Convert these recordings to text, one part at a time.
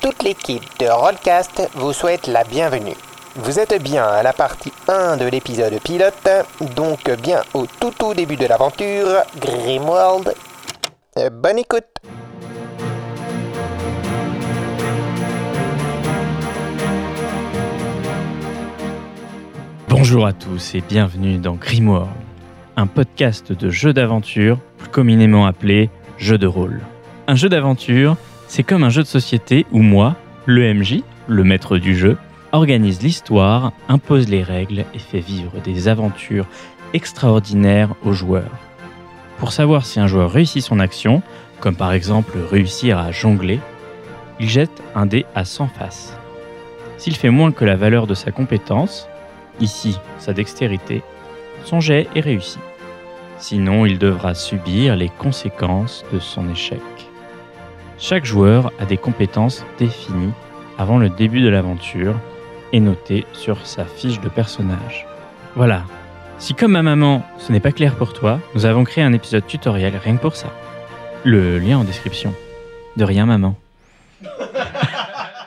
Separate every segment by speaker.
Speaker 1: Toute l'équipe de Rollcast vous souhaite la bienvenue. Vous êtes bien à la partie 1 de l'épisode pilote, donc bien au tout tout début de l'aventure Grimworld. Euh, Bonne écoute
Speaker 2: Bonjour à tous et bienvenue dans Grimoire, un podcast de jeux d'aventure, plus communément appelé jeu de rôle. Un jeu d'aventure, c'est comme un jeu de société où moi, le MJ, le maître du jeu, organise l'histoire, impose les règles et fait vivre des aventures extraordinaires aux joueurs. Pour savoir si un joueur réussit son action, comme par exemple réussir à jongler, il jette un dé à 100 faces. S'il fait moins que la valeur de sa compétence, ici sa dextérité, son jet est réussi. Sinon, il devra subir les conséquences de son échec. Chaque joueur a des compétences définies avant le début de l'aventure et notées sur sa fiche de personnage. Voilà. Si comme ma maman, ce n'est pas clair pour toi, nous avons créé un épisode tutoriel rien que pour ça. Le lien en description. De rien maman.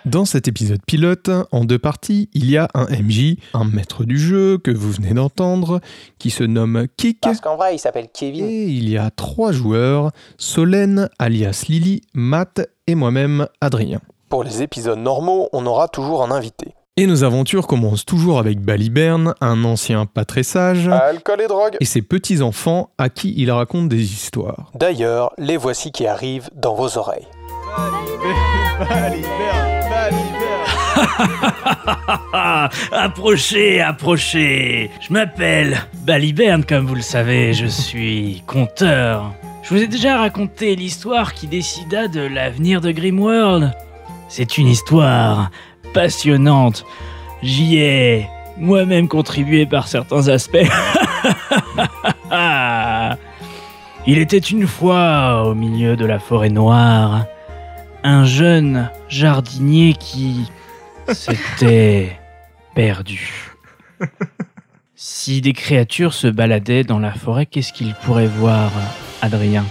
Speaker 3: Dans cet épisode pilote, en deux parties, il y a un MJ, un maître du jeu que vous venez d'entendre, qui se nomme Kik,
Speaker 1: Parce qu'en vrai, il s'appelle Kevin.
Speaker 3: et il y a trois joueurs, Solène, alias Lily, Matt et moi-même, Adrien.
Speaker 1: Pour les épisodes normaux, on aura toujours un invité.
Speaker 3: Et nos aventures commencent toujours avec Baliberne, un ancien pas très sage,
Speaker 1: Euh. Alcool et drogue
Speaker 3: et ses petits-enfants à qui il raconte des histoires.
Speaker 1: D'ailleurs, les voici qui arrivent dans vos oreilles.
Speaker 4: Ah, approchez, approchez. Je m'appelle Baliberne, comme vous le savez, je suis conteur. Je vous ai déjà raconté l'histoire qui décida de l'avenir de Grimworld. C'est une histoire passionnante. J'y ai moi-même contribué par certains aspects. Il était une fois au milieu de la forêt noire, un jeune jardinier qui c'était perdu. Si des créatures se baladaient dans la forêt, qu'est-ce qu'ils pourraient voir, Adrien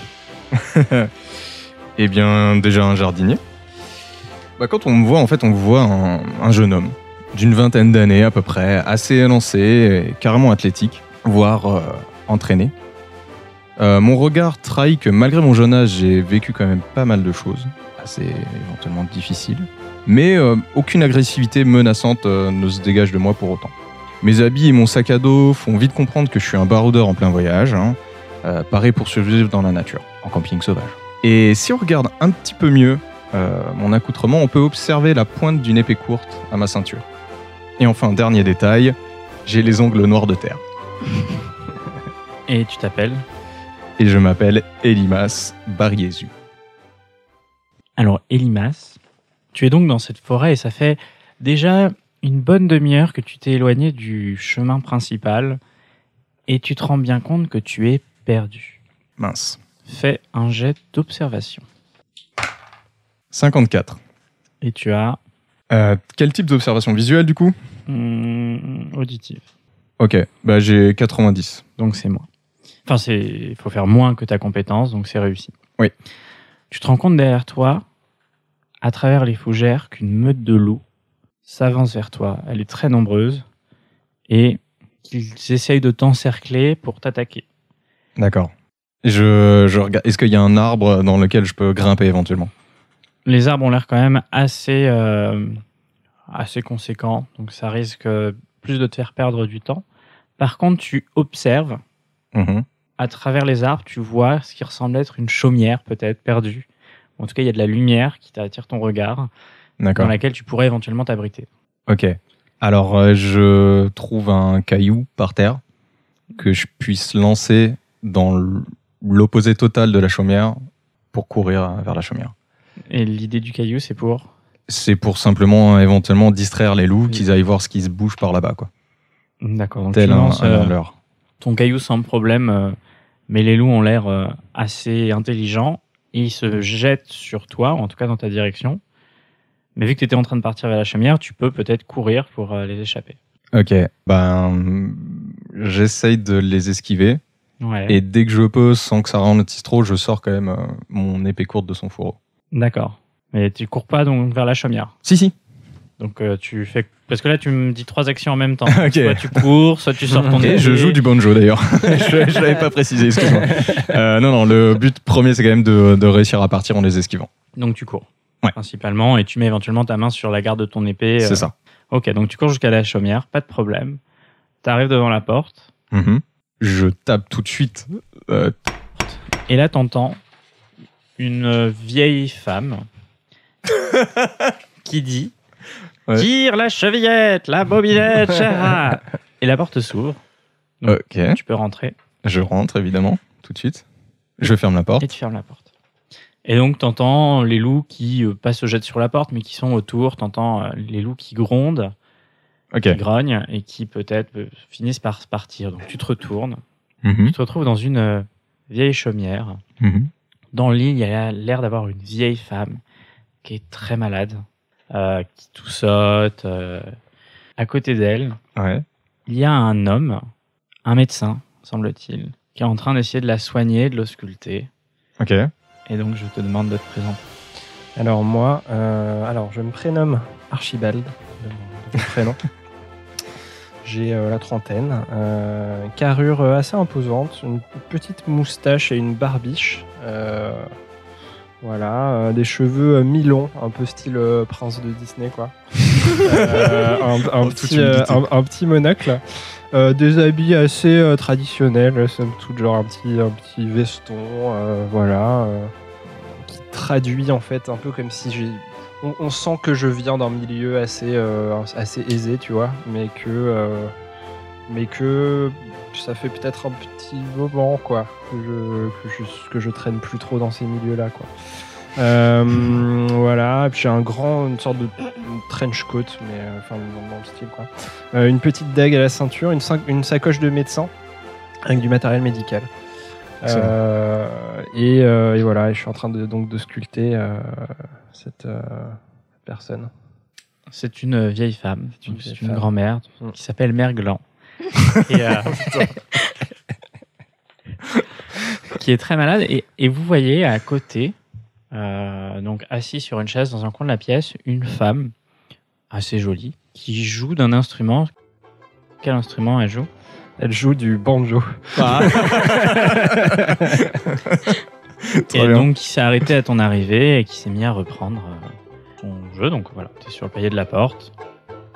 Speaker 3: Eh bien, déjà un jardinier. Bah, quand on me voit, en fait, on voit un, un jeune homme d'une vingtaine d'années à peu près, assez élancé, et carrément athlétique, voire euh, entraîné. Euh, mon regard trahit que malgré mon jeune âge, j'ai vécu quand même pas mal de choses, assez éventuellement difficiles, mais euh, aucune agressivité menaçante euh, ne se dégage de moi pour autant. Mes habits et mon sac à dos font vite comprendre que je suis un baroudeur en plein voyage, hein, euh, paré pour survivre dans la nature, en camping sauvage. Et si on regarde un petit peu mieux, euh, mon accoutrement, on peut observer la pointe d'une épée courte à ma ceinture. Et enfin, dernier détail, j'ai les ongles noirs de terre.
Speaker 2: Et tu t'appelles
Speaker 3: Et je m'appelle Elimas Bariesu.
Speaker 2: Alors, Elimas, tu es donc dans cette forêt et ça fait déjà une bonne demi-heure que tu t'es éloigné du chemin principal et tu te rends bien compte que tu es perdu.
Speaker 3: Mince.
Speaker 2: Fais un jet d'observation.
Speaker 3: 54.
Speaker 2: Et tu as
Speaker 3: Euh, quel type d'observation visuelle du coup
Speaker 2: hmm, auditif.
Speaker 3: Ok, bah j'ai 90.
Speaker 2: Donc c'est moins. Enfin, c'est il faut faire moins que ta compétence, donc c'est réussi.
Speaker 3: Oui.
Speaker 2: Tu te rends compte derrière toi, à travers les fougères, qu'une meute de loups s'avance vers toi. Elle est très nombreuse et qu'ils essayent de t'encercler pour t'attaquer.
Speaker 3: D'accord. Je, je regarde. Est-ce qu'il y a un arbre dans lequel je peux grimper éventuellement
Speaker 2: Les arbres ont l'air quand même assez, euh, assez conséquents, donc ça risque euh, plus de te faire perdre du temps. Par contre, tu observes
Speaker 3: Mhm.
Speaker 2: à travers les arbres, tu vois ce qui ressemble être une chaumière, peut-être perdue. En tout cas, il y a de la lumière qui t'attire ton regard, dans
Speaker 3: D'accord.
Speaker 2: laquelle tu pourrais éventuellement t'abriter.
Speaker 3: Ok. Alors, euh, je trouve un caillou par terre que je puisse lancer dans l- l'opposé total de la chaumière pour courir euh, vers la chaumière.
Speaker 2: Et l'idée du caillou, c'est pour.
Speaker 3: C'est pour simplement euh, éventuellement distraire les loups,
Speaker 2: Oui.
Speaker 3: qu'ils aillent voir ce qui se bouge par là-bas, quoi.
Speaker 2: D'accord. Donc
Speaker 3: Tel
Speaker 2: tu
Speaker 3: un,
Speaker 2: lances,
Speaker 3: un
Speaker 2: euh,
Speaker 3: hurleur.
Speaker 2: ton caillou sans problème, euh, mais les loups ont l'air euh, assez intelligents. et Ils se jettent sur toi, ou en tout cas dans ta direction. Mais vu que tu étais en train de partir vers la chaumière, tu peux peut-être courir pour euh, les échapper.
Speaker 3: Ok. Ben, j'essaye de les esquiver
Speaker 2: Ouais.
Speaker 3: et dès que je peux, sans que ça ralentisse trop, je sors quand même euh, mon épée courte de son fourreau.
Speaker 2: D'accord. Mais tu cours pas donc vers la chaumière.
Speaker 3: Si, si.
Speaker 2: Donc euh, tu fais. Parce que là, tu me dis trois actions en même temps.
Speaker 3: Ok.
Speaker 2: Soit tu cours, soit tu sors ton
Speaker 3: Et
Speaker 2: épée.
Speaker 3: je joue du banjo d'ailleurs. je je l'avais pas précisé, excuse-moi. Euh, non, non, le but premier, c'est quand même de, de réussir à partir en les esquivant.
Speaker 2: Donc tu cours.
Speaker 3: Ouais.
Speaker 2: Principalement, et tu mets éventuellement ta main sur la garde de ton épée. euh,
Speaker 3: C'est ça.
Speaker 2: Ok, donc tu cours jusqu'à la chaumière, pas de problème. T'arrives devant la porte,
Speaker 3: Mhm. Je tape tout de suite. euh,
Speaker 2: et là t'entends une euh, vieille femme qui dit
Speaker 3: Ouais.
Speaker 2: Tire la chevillette, la bobinette, Gérard Et la porte s'ouvre,
Speaker 3: ok.
Speaker 2: tu peux rentrer
Speaker 3: Je rentre évidemment tout de suite. Je ferme la porte.
Speaker 2: et tu fermes la porte. Et donc t'entends les loups qui, euh, pas se jettent sur la porte, mais qui sont autour, t'entends euh, les loups qui grondent.
Speaker 3: Ok.
Speaker 2: qui grognent et qui peut-être euh, finissent par partir. Donc tu te retournes,
Speaker 3: Mhm.
Speaker 2: tu te retrouves dans une euh, vieille chaumière.
Speaker 3: Mhm.
Speaker 2: Dans le lit, il y a l'air d'avoir une vieille femme qui est très malade, euh, qui tout saute. euh. À côté d'elle,
Speaker 3: Ouais.
Speaker 2: il y a un homme, un médecin, semble-t-il, qui est en train d'essayer de la soigner, de l'ausculter.
Speaker 3: Ok.
Speaker 2: Et donc je te demande de te présenter.
Speaker 5: Alors moi, euh, alors je me prénomme Archibald, de mon, de mon prénom. J'ai euh, la trentaine, euh, carrure euh, assez imposante, une petite moustache et une barbiche. euh, voilà, euh, des cheveux euh, mi-longs, un peu style euh, prince de Disney quoi. Euh, un, un
Speaker 3: En toute
Speaker 5: petit, euh,
Speaker 3: humilité.
Speaker 5: un- un petit monocle, Euh, des habits assez euh, traditionnels, somme toute genre un petit, un petit veston, euh, voilà. euh, qui traduit en fait un peu comme si j'ai. On, on sent que je viens d'un milieu assez, euh, assez aisé, tu vois, mais que. euh, mais que ça fait peut-être un petit moment, quoi, que je, que je, que je traîne plus trop dans ces milieux-là, quoi. Euh, voilà, et puis j'ai un grand, une sorte de trench coat, mais euh, enfin dans, dans le style, quoi. Euh, une petite dague à la ceinture, une, cin- une sacoche de médecin avec du matériel médical.
Speaker 3: Excellent.
Speaker 5: Euh, et, euh, et voilà, et je suis en train de, donc de sculpter euh, cette euh, personne.
Speaker 2: C'est une euh, vieille femme,
Speaker 5: une
Speaker 2: donc
Speaker 5: vieille
Speaker 2: c'est une
Speaker 5: femme.
Speaker 2: grand-mère
Speaker 5: Mm.
Speaker 2: qui s'appelle Mère Glan. Et, euh, qui est très malade. Et, et vous voyez à côté, euh, donc assis sur une chaise dans un coin de la pièce, une femme assez jolie qui joue d'un instrument. Quel instrument elle joue
Speaker 5: Elle joue du banjo.
Speaker 2: Et
Speaker 3: Très bien.
Speaker 2: donc qui s'est arrêtée à ton arrivée et qui s'est mis à reprendre euh, ton jeu. Donc voilà, tu es sur le palier de la porte.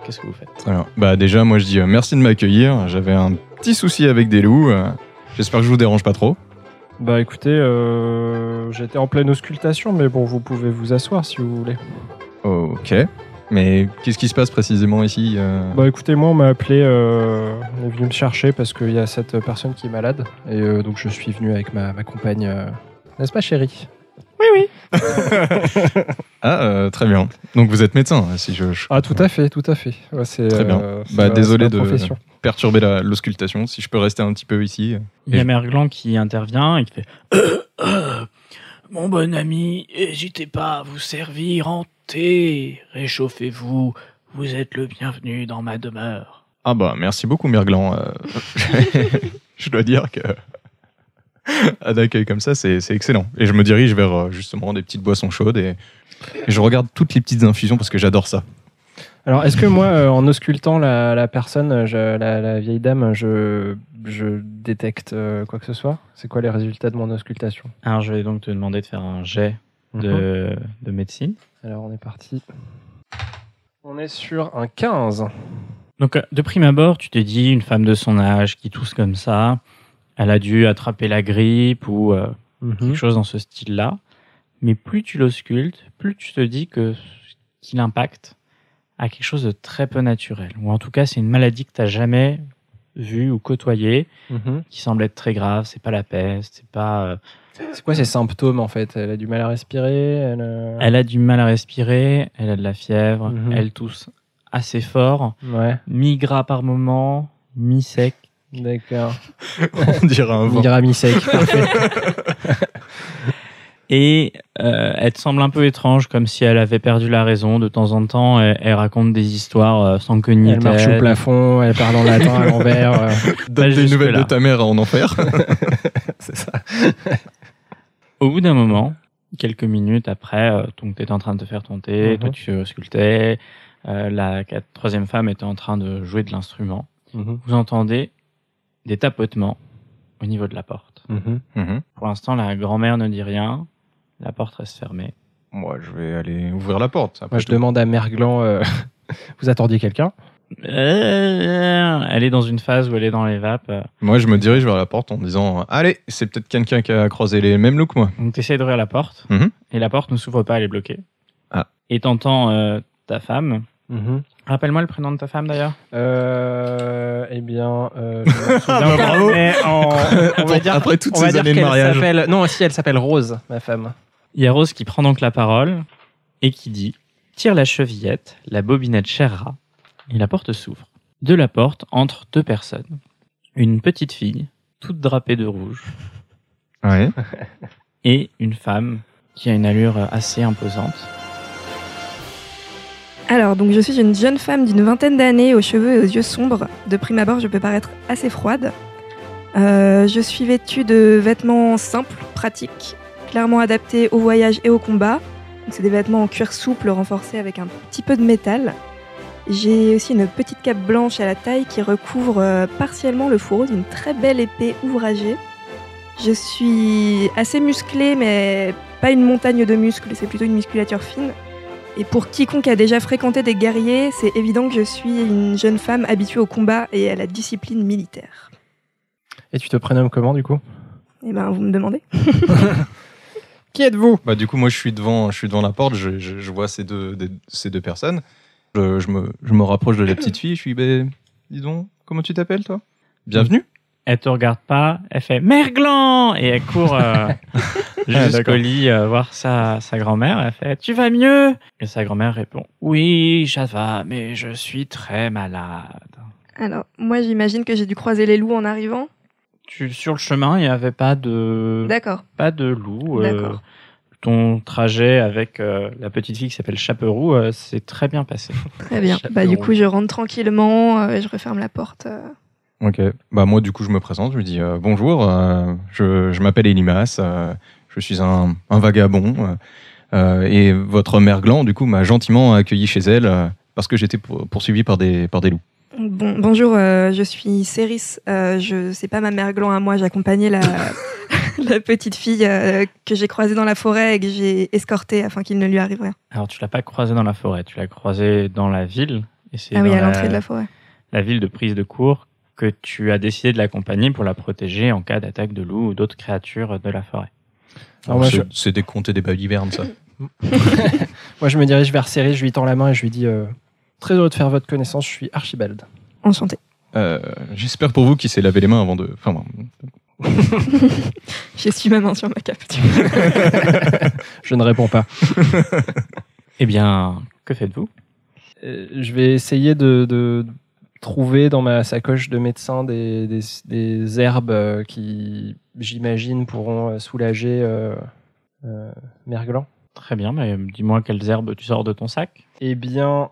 Speaker 2: Qu'est-ce que vous faites
Speaker 3: Très bien. Bah déjà, moi je dis euh, merci de m'accueillir. J'avais un petit souci avec des loups. euh, J'espère que je vous dérange pas trop.
Speaker 5: Bah écoutez, euh, j'étais en pleine auscultation, mais bon, vous pouvez vous asseoir si vous voulez.
Speaker 3: Ok. Mais qu'est-ce qui se passe précisément ici euh
Speaker 5: Bah écoutez, moi on m'a appelé, euh, on est venu me chercher parce qu'il y a cette personne qui est malade, et euh, donc je suis venu avec ma, ma compagne. euh, N'est-ce pas chérie
Speaker 3: Ah, euh, très bien. Donc vous êtes médecin, hein, si je, je
Speaker 5: Ah tout à fait, tout à fait. Ouais, c'est,
Speaker 3: Très bien.
Speaker 5: euh, c'est
Speaker 3: Bah,
Speaker 5: ma-
Speaker 3: désolé
Speaker 5: c'est ma
Speaker 3: de-
Speaker 5: profession.
Speaker 3: perturber la- l'auscultation, si je peux rester un petit peu ici.
Speaker 2: Il y
Speaker 3: Et
Speaker 2: a Merglan qui intervient et qui fait
Speaker 4: Mon bon ami, n'hésitez pas à vous servir en thé. Réchauffez-vous, vous êtes le bienvenu dans ma demeure.
Speaker 3: Ah bah merci beaucoup Merglan. Euh, je dois dire que un accueil comme ça, c'est c'est excellent. Et je me dirige vers euh, justement des petites boissons chaudes et, et je regarde toutes les petites infusions parce que j'adore ça.
Speaker 5: Alors est-ce que moi, euh, en auscultant la, la personne, je- la, la vieille dame, je, je détecte euh, quoi que ce soit C'est quoi les résultats de mon auscultation
Speaker 2: Alors je vais donc te demander de faire un jet de, de médecine.
Speaker 5: Alors on est parti. On est sur un 15.
Speaker 2: Donc euh, de prime abord, tu te dis une femme de son âge qui tousse comme ça, elle a dû attraper la grippe ou euh,
Speaker 3: Mhm,
Speaker 5: Mhm.
Speaker 2: quelque chose dans ce style-là. Mais plus tu l'auscultes, plus tu te dis que qu'il impacte à quelque chose de très peu naturel. Ou en tout cas, c'est une maladie que tu n'as jamais vue ou côtoyée,
Speaker 5: Mhm.
Speaker 2: qui semble être très grave. C'est pas la peste, c'est pas. euh,
Speaker 5: C'est quoi ses symptômes en fait Elle a du mal à respirer elle, euh,
Speaker 2: Elle a du mal à respirer, elle a de la fièvre,
Speaker 5: Mhm.
Speaker 2: elle tousse assez fort,
Speaker 5: Ouais,
Speaker 2: mi-gras par moment, mi-sec.
Speaker 5: d'accord.
Speaker 3: On dirait un vin.
Speaker 5: Migra mi-sec, parfait.
Speaker 2: Et euh, elle te semble un peu étrange, comme si elle avait perdu la raison. De temps en temps, elle, elle raconte des histoires euh, sans que ni
Speaker 5: Elle marche au
Speaker 2: tête.
Speaker 5: plafond, elle parle en latin à l'envers. euh.
Speaker 2: Pas
Speaker 3: Donne des
Speaker 2: jusque
Speaker 3: nouvelles
Speaker 2: là.
Speaker 3: de ta mère en enfer. c'est ça.
Speaker 2: Au bout d'un moment, quelques minutes après, euh, donc t'étais en train de te faire ton thé,
Speaker 5: Mhm.
Speaker 2: toi tu sculptais, euh, la quat- troisième femme était en train de jouer de l'instrument.
Speaker 5: Mhm.
Speaker 2: Vous entendez des tapotements au niveau de la porte.
Speaker 3: Mhm.
Speaker 2: Pour l'instant, la grand-mère ne dit rien, la porte reste fermée.
Speaker 3: Moi, je vais aller ouvrir la porte. Après,
Speaker 5: Moi, je demande à Merglan, euh, vous attendiez quelqu'un
Speaker 2: Euh, Elle est dans une phase où elle est dans les vapes. euh.
Speaker 3: Moi, je me dirige vers la porte en disant Allez, c'est peut-être quelqu'un qui a croisé les mêmes loups que moi.
Speaker 2: Donc t'essayes d'ouvrir la porte,
Speaker 3: Mhm.
Speaker 2: et la porte ne s'ouvre pas, elle est bloquée.
Speaker 3: Ah.
Speaker 2: Et t'entends euh, ta femme.
Speaker 3: Mhm.
Speaker 2: Rappelle-moi le prénom de ta femme d'ailleurs.
Speaker 5: Euh, eh bien, euh, je me souviens
Speaker 3: Bah,
Speaker 5: pas,
Speaker 3: bravo.
Speaker 5: mais en- on va dire,
Speaker 3: Après toutes
Speaker 5: on va
Speaker 3: ces
Speaker 5: dire
Speaker 3: années de
Speaker 5: qu'elle
Speaker 3: mariage.
Speaker 5: s'appelle. Non, si elle s'appelle Rose, ma femme.
Speaker 2: Il y a Rose qui prend donc la parole et qui dit Tire la chevillette, la bobinette chérera. Et la porte s'ouvre. De la porte entrent deux personnes. Une petite fille, toute drapée de rouge,
Speaker 3: Ouais.
Speaker 2: et une femme qui a une allure assez imposante.
Speaker 6: Alors, donc je suis une jeune femme d'une vingtaine d'années, aux cheveux et aux yeux sombres. De prime abord, je peux paraître assez froide. Euh, je suis vêtue de vêtements simples, pratiques, clairement adaptés au voyage et au combat. Donc, C'est des vêtements en cuir souple renforcés avec un petit peu de métal. J'ai aussi une petite cape blanche à la taille qui recouvre euh, partiellement le fourreau d'une très belle épée ouvragée. Je suis assez musclée, mais pas une montagne de muscles, c'est plutôt une musculature fine. Et pour quiconque a déjà fréquenté des guerriers, c'est évident que je suis une jeune femme habituée au combat et à la discipline militaire.
Speaker 5: Et tu te prénommes comment du coup
Speaker 6: Eh ben, vous me demandez
Speaker 5: Qui êtes-vous
Speaker 3: Bah, du coup, moi, je suis devant, je suis devant la porte, je, je- je vois ces deux, des- ces deux personnes. Je, je me, je me rapproche de la petite fille, je suis Ben, dis donc, comment tu t'appelles, toi Bienvenue.
Speaker 2: Elle te regarde pas, elle fait Merglan Et elle court euh, jusqu'au
Speaker 3: d'accord.
Speaker 2: lit euh, voir sa, sa grand-mère. Elle fait Tu vas mieux Et sa grand-mère répond Oui, ça va, mais je suis très malade.
Speaker 6: Alors, moi j'imagine que j'ai dû croiser les loups en arrivant.
Speaker 2: Tu, sur le chemin, il n'y avait pas de,
Speaker 6: D'accord.
Speaker 2: pas de loup. euh,
Speaker 6: D'accord.
Speaker 2: ton trajet avec euh, la petite fille qui s'appelle Chaperoux euh, s'est très bien passé.
Speaker 6: Très bien.
Speaker 5: Chaperon.
Speaker 6: Bah, du coup, je rentre tranquillement euh, et je referme la porte. euh.
Speaker 3: Ok. Bah, moi, du coup, je me présente, je lui dis euh, bonjour, euh, je, je m'appelle Elimas, euh, je suis un, un vagabond. euh, euh, et votre mère Glan, du coup, m'a gentiment accueilli chez elle euh, parce que j'étais pour- poursuivi par des, par des loups.
Speaker 6: Bon, bonjour, euh, je suis Céris. Euh, je c'est pas ma mère gland à moi, j'accompagnais la, la petite fille euh, que j'ai croisée dans la forêt et que j'ai escortée afin qu'il ne lui arrive rien.
Speaker 2: Alors, tu l'as pas croisé dans la forêt, tu l'as croisé dans la ville. Et c'est
Speaker 6: Ah oui,
Speaker 2: dans
Speaker 6: à l'entrée de la forêt.
Speaker 2: la ville de prise de cours que tu as décidé de l'accompagner pour la protéger en cas d'attaque de loup ou d'autres créatures de la forêt.
Speaker 5: Alors, moi,
Speaker 3: C'est-
Speaker 5: je-
Speaker 3: C'est des contes et des babivernes, ça.
Speaker 5: Moi, je me dirige vers Céry, je lui tends la main et je lui dis euh, Très heureux de faire votre connaissance, je suis Archibald.
Speaker 6: Enchantée.
Speaker 3: Euh, J'espère pour vous qu'il s'est lavé les mains avant de. Enfin, bon,
Speaker 6: J'ai suis ma main sur ma cape. tu vois.
Speaker 5: Je ne réponds pas.
Speaker 2: Eh bien, que faites-vous
Speaker 5: Euh, je vais essayer de, de trouver dans ma sacoche de médecin des, des- des herbes euh, qui, j'imagine, pourront euh, soulager euh, euh, Merglan.
Speaker 2: Très bien, mais euh, dis-moi quelles herbes tu sors de ton sac.
Speaker 5: Eh bien,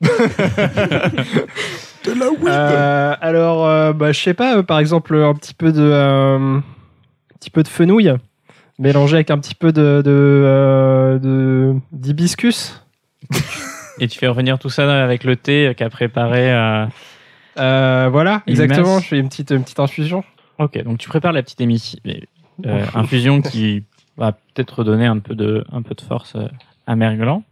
Speaker 3: De la
Speaker 5: euh, alors, euh, bah, je sais pas, euh, par exemple, un petit peu de, euh, un petit peu de fenouil mélangé avec un petit peu de, de, euh, de- d'hibiscus.
Speaker 2: Et tu fais revenir tout ça avec le thé qu'a préparé. euh,
Speaker 5: Euh, voilà,
Speaker 2: Une
Speaker 5: exactement.
Speaker 2: masse.
Speaker 5: Je fais une petite, une petite infusion.
Speaker 2: Ok, donc tu prépares la petite émission, euh, infusion qui va peut-être redonner un peu de, un peu de force euh, à Mergland.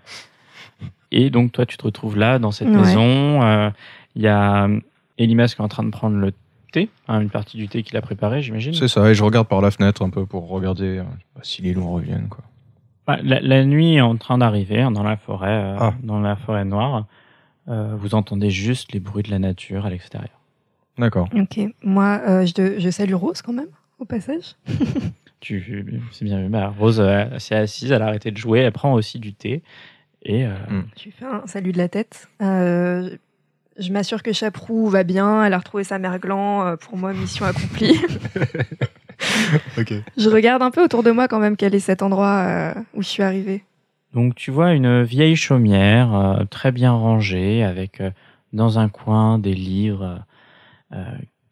Speaker 2: Et donc toi, tu te retrouves là, dans cette
Speaker 6: Ouais.
Speaker 2: maison. Euh, Il y a euh, Elimas qui est en train de prendre le thé, hein, une partie du thé qu'il a préparé, j'imagine.
Speaker 3: C'est ça, et je regarde par la fenêtre un peu pour regarder euh, si les loups reviennent. Quoi.
Speaker 2: Ouais, La, la nuit est en train d'arriver hein, dans la forêt, euh,
Speaker 3: Ah.
Speaker 2: dans la forêt noire. Euh, vous entendez juste les bruits de la nature à l'extérieur.
Speaker 3: D'accord.
Speaker 6: Ok, moi euh, je, te- je salue Rose quand même, au passage.
Speaker 2: Tu, c'est bien vu. Bah, Rose euh, elle s'est assise, elle a arrêté de jouer, elle prend aussi du thé et euh,
Speaker 6: Je lui fais un salut de la tête. Euh, je m'assure que Chaprou va bien, elle a retrouvé sa mère gland, euh, pour moi mission accomplie.
Speaker 3: Ok.
Speaker 6: je regarde un peu autour de moi quand même quel est cet endroit euh, où je suis arrivée.
Speaker 2: Donc tu vois une vieille chaumière euh, très bien rangée avec euh, dans un coin des livres euh, euh,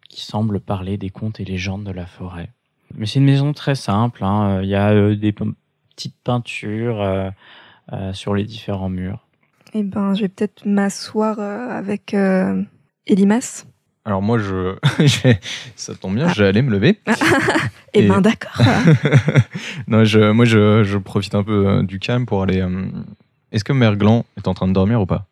Speaker 2: qui semblent parler des contes et légendes de la forêt. Mais c'est une maison très simple, hein. il y a euh, des p- petites peintures euh, euh, sur les différents murs.
Speaker 6: Eh ben, je vais peut-être m'asseoir euh, avec euh, Elimas.
Speaker 3: Alors moi, je, j'ai- ça tombe bien, j'allais me lever.
Speaker 6: Eh
Speaker 3: Et-
Speaker 6: ben, d'accord.
Speaker 3: non, je, moi, je, je profite un peu euh, du calme pour aller. euh, Est-ce que Mère Glan est en train de dormir ou pas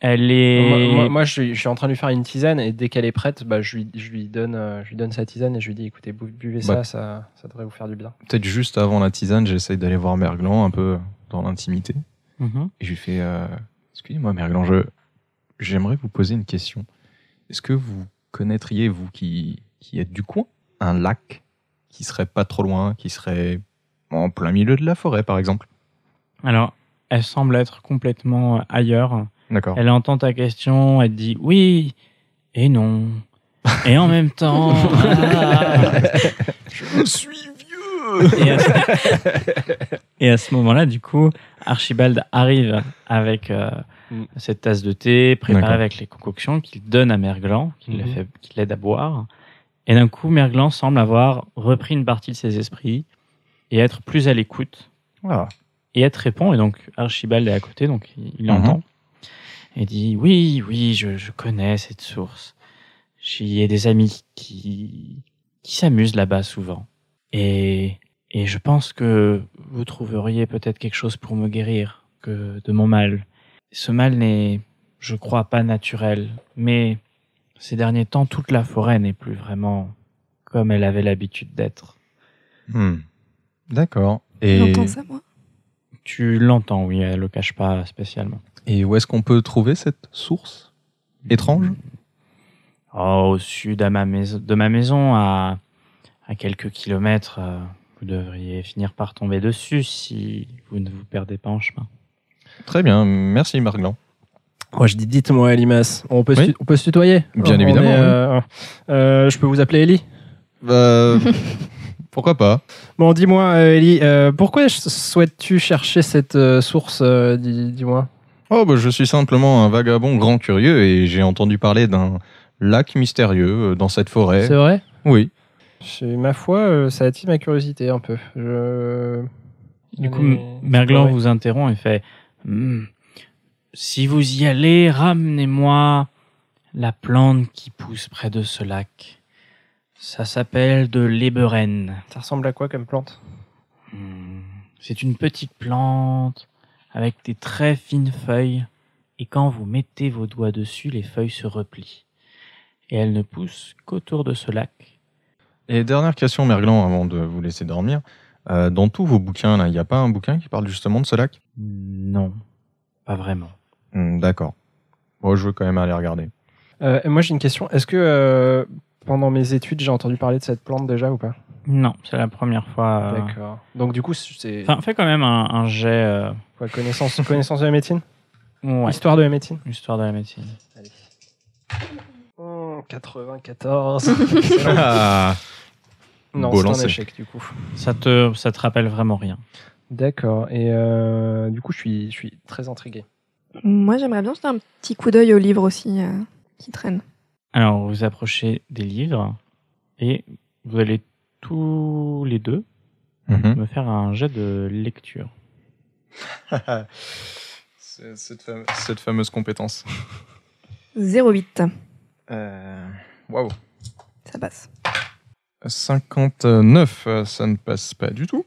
Speaker 2: Elle est.
Speaker 5: Moi, moi- moi, je, suis, je suis en train de lui faire une tisane et dès qu'elle est prête, bah, je, lui, je, lui donne, euh, je lui donne sa tisane et je lui dis écoutez, bu- buvez
Speaker 3: Bah.
Speaker 5: ça, ça, ça devrait vous faire du bien.
Speaker 3: Peut-être juste avant la tisane, j'essaye d'aller voir Mère Glan un peu euh, dans l'intimité.
Speaker 2: Mhm.
Speaker 3: Et je lui fais euh, Excusez-moi, Mère Glan, je, j'aimerais vous poser une question. Est-ce que vous connaîtriez, vous qui, qui êtes du coin, un lac qui serait pas trop loin, qui serait en plein milieu de la forêt, par exemple
Speaker 2: Alors, elle semble être complètement euh, ailleurs.
Speaker 3: D'accord.
Speaker 2: Elle entend ta question, elle te dit oui et non. Et en même temps. ah.
Speaker 3: Je suis vieux
Speaker 2: Et à ce, et à ce moment-là, du coup, Archibald arrive avec euh,
Speaker 5: Mm.
Speaker 2: cette tasse de thé préparée
Speaker 3: D'accord.
Speaker 2: avec les concoctions qu'il donne à Merglan, qu'il le
Speaker 5: Mhm.
Speaker 2: fait- qu'il l'aide à boire. Et d'un coup, Merglan semble avoir repris une partie de ses esprits et être plus à l'écoute.
Speaker 3: Ah.
Speaker 2: Et être répond, et donc Archibald est à côté, donc il, il
Speaker 3: Mhm.
Speaker 2: entend. Et dit Oui, oui, je, je connais cette source. J'y ai des amis qui, qui s'amusent là-bas souvent. Et, et je pense que vous trouveriez peut-être quelque chose pour me guérir que de mon mal. Ce mal n'est, je crois, pas naturel. Mais ces derniers temps, toute la forêt n'est plus vraiment comme elle avait l'habitude d'être.
Speaker 3: Hmm. D'accord. Et,
Speaker 6: J'entends ça, moi.
Speaker 2: Tu l'entends, oui, elle le cache pas spécialement.
Speaker 3: et où est-ce qu'on peut trouver cette source étrange
Speaker 2: Oh, au sud à ma maison, de ma maison, à, à quelques kilomètres, euh, vous devriez finir par tomber dessus si vous ne vous perdez pas en chemin.
Speaker 3: Très bien, merci Marglan.
Speaker 5: Moi, je dis dites-moi, Elimas, on peut,
Speaker 3: Oui.
Speaker 5: se, tu- on peut se tutoyer
Speaker 3: Bien
Speaker 5: On
Speaker 3: évidemment, oui.
Speaker 5: euh, euh, je peux vous appeler Ellie
Speaker 3: pourquoi pas
Speaker 5: Bon, dis-moi, euh, Ellie, euh, pourquoi ch- souhaites-tu chercher cette euh, source euh, dis- Dis-moi.
Speaker 3: Oh, bah, je suis simplement un vagabond grand curieux et j'ai entendu parler d'un lac mystérieux euh, dans cette forêt.
Speaker 5: C'est vrai
Speaker 3: Oui.
Speaker 5: Chez ma foi, euh, ça attire ma curiosité un peu. Je...
Speaker 2: Du coup,
Speaker 5: Mais-
Speaker 2: Merglan
Speaker 5: Ouais.
Speaker 2: vous interrompt et fait Hmm, Si vous y allez, ramenez-moi la plante qui pousse près de ce lac. Ça s'appelle de l'ébérène.
Speaker 5: Ça ressemble à quoi comme plante
Speaker 2: Hmm, C'est une petite plante avec des très fines feuilles et quand vous mettez vos doigts dessus, les feuilles se replient. Et elle ne pousse qu'autour de ce lac.
Speaker 3: Et dernière question, Merglan, avant de vous laisser dormir. Euh, dans tous vos bouquins, là, il n'y a pas un bouquin qui parle justement de ce lac
Speaker 2: Non, pas vraiment.
Speaker 3: Hmm, D'accord. Moi, je veux quand même aller regarder.
Speaker 5: Euh, Moi, j'ai une question. Est-ce que euh, pendant mes études, j'ai entendu parler de cette plante déjà ou pas
Speaker 2: Non, c'est la première
Speaker 5: Ah.
Speaker 2: fois. euh,
Speaker 5: D'accord. Donc, du coup, c'est
Speaker 2: Enfin, fais quand même un, un jet. euh,
Speaker 5: quoi connaissance, connaissance de la médecine
Speaker 2: ouais,
Speaker 5: Histoire de la médecine
Speaker 2: histoire de la médecine.
Speaker 5: Mmh, 94. non,
Speaker 3: Beau
Speaker 5: c'est un
Speaker 3: lancer.
Speaker 5: échec, du coup.
Speaker 2: Ça te, ça te rappelle vraiment rien.
Speaker 5: D'accord. Et euh, du coup, je suis, je suis très intrigué.
Speaker 6: Moi, j'aimerais bien jeter un petit coup d'œil au livre aussi euh, qui traîne.
Speaker 2: Alors, vous approchez des livres et vous allez tous les deux
Speaker 3: Mhm.
Speaker 2: me faire un jet de lecture.
Speaker 3: C'est- cette, fame- cette fameuse compétence.
Speaker 6: 08,
Speaker 3: Euh, Waouh.
Speaker 6: ça passe.
Speaker 3: 59, euh, ça ne passe pas du tout.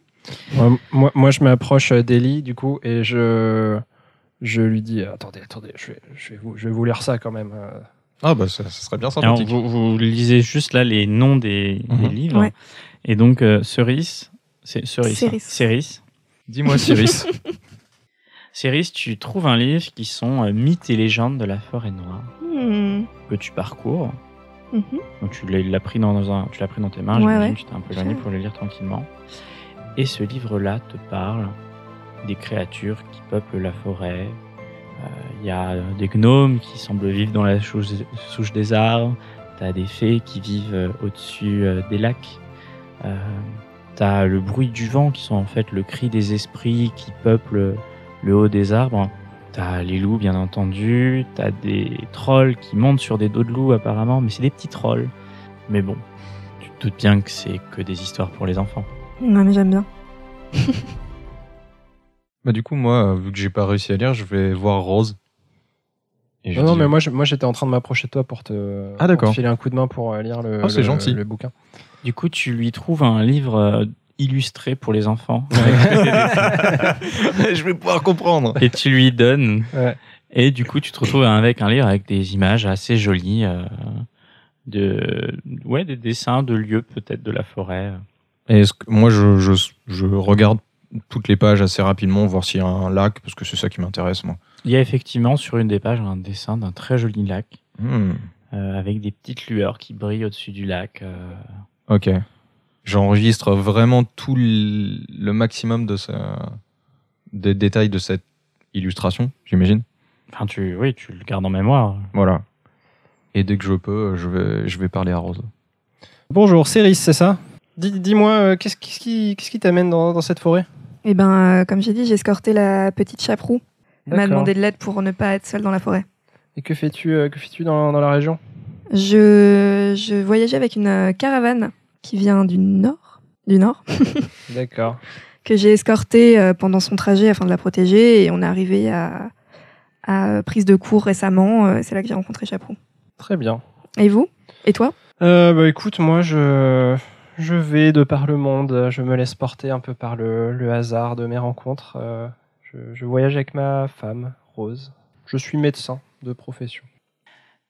Speaker 5: Moi, moi, moi, je m'approche euh, d'Eli, du coup, et je, je lui dis euh, Attendez, attendez, je vais, je, vais vous, je vais vous lire ça quand même. euh.
Speaker 3: Ah bah ça, ça serait bien
Speaker 2: Alors,
Speaker 3: sympathique.
Speaker 2: vous, vous lisez juste là les noms des,
Speaker 3: Mhm.
Speaker 2: des livres.
Speaker 6: Ouais.
Speaker 2: Et donc, euh, Cerise, c'est Cerise. hein.
Speaker 6: Céris.
Speaker 2: Céris.
Speaker 3: Dis-moi Cyrus.
Speaker 2: Céris, tu trouves un livre qui sont euh, mythes et légendes de la forêt noire
Speaker 6: Hmm,
Speaker 2: que tu parcours.
Speaker 6: mhm.
Speaker 2: Donc, tu l'as il l'a pris, dans un, tu l'as pris dans tes mains,
Speaker 6: Ouais,
Speaker 2: j'imagine.
Speaker 6: ouais.
Speaker 2: Tu t'es un peu éloigné pour le lire tranquillement. Et ce livre-là te parle des créatures qui peuplent la forêt. Euh, Il y a des gnomes qui semblent vivre dans la chou- souche des arbres. T'as des fées qui vivent euh, au-dessus euh, des lacs. Euh, T'as le bruit du vent qui sont en fait le cri des esprits qui peuplent le haut des arbres. T'as les loups bien entendu. T'as des trolls qui montent sur des dos de loups apparemment, mais c'est des petits trolls. Mais bon, tu te doutes bien que c'est que des histoires pour les enfants.
Speaker 6: Ouais, mais j'aime bien.
Speaker 3: Bah, du coup, moi, euh, vu que j'ai pas réussi à lire, je vais voir Rose. Et je
Speaker 5: Non, non,
Speaker 3: dis- euh,
Speaker 5: mais moi, je- moi j'étais en train de m'approcher de toi pour te,
Speaker 3: Ah, d'accord.
Speaker 5: pour te filer un coup de main pour euh, lire le,
Speaker 3: Ah, c'est
Speaker 5: le-
Speaker 3: gentil.
Speaker 5: le bouquin.
Speaker 2: Du coup, tu lui trouves un livre euh, illustré pour les enfants
Speaker 3: je vais pouvoir comprendre.
Speaker 2: et tu lui donnes.
Speaker 5: Ouais.
Speaker 2: Et du coup, tu te retrouves avec un livre avec des images assez jolies, euh, de, ouais, des dessins de lieux peut-être de la forêt.
Speaker 3: Et est-ce que- moi, je, je- je regarde toutes les pages assez rapidement, voir s'il y a un lac, parce que c'est ça qui m'intéresse, moi.
Speaker 2: Il y a effectivement sur une des pages un dessin d'un très joli lac
Speaker 3: Hmm,
Speaker 2: euh, avec des petites lueurs qui brillent au-dessus du lac. euh.
Speaker 3: Ok. J'enregistre vraiment tout l- le maximum de sa- des détails de cette illustration, j'imagine.
Speaker 2: Enfin, tu, oui, tu le gardes en mémoire.
Speaker 3: Voilà. Et dès que je peux, je vais, je vais parler à Rose.
Speaker 5: Bonjour, Céris, c'est ça Dis- Dis-moi, euh, qu'est-ce qu'est-ce qui, qu'est-ce qui t'amène dans, dans cette forêt
Speaker 6: Eh ben, euh, comme j'ai dit, j'ai escorté la petite chaperoue. Elle m'a
Speaker 5: D'accord.
Speaker 6: demandé de l'aide pour ne pas être seule dans la forêt.
Speaker 5: Et que fais-tu euh, que fais-tu dans, dans la région
Speaker 6: Je, je voyageais avec une euh, caravane qui vient du nord, du nord,
Speaker 5: D'accord.
Speaker 6: que j'ai escortée euh, pendant son trajet afin de la protéger. Et on est arrivé à, à euh, prise de cours récemment. euh, C'est là que j'ai rencontré Chaperoux.
Speaker 5: Très bien.
Speaker 6: Et vous Et toi
Speaker 5: Euh, bah écoute, moi je, je vais de par le monde, je me laisse porter un peu par le, le hasard de mes rencontres. euh, je, je voyage avec ma femme, Rose. Je suis médecin de profession.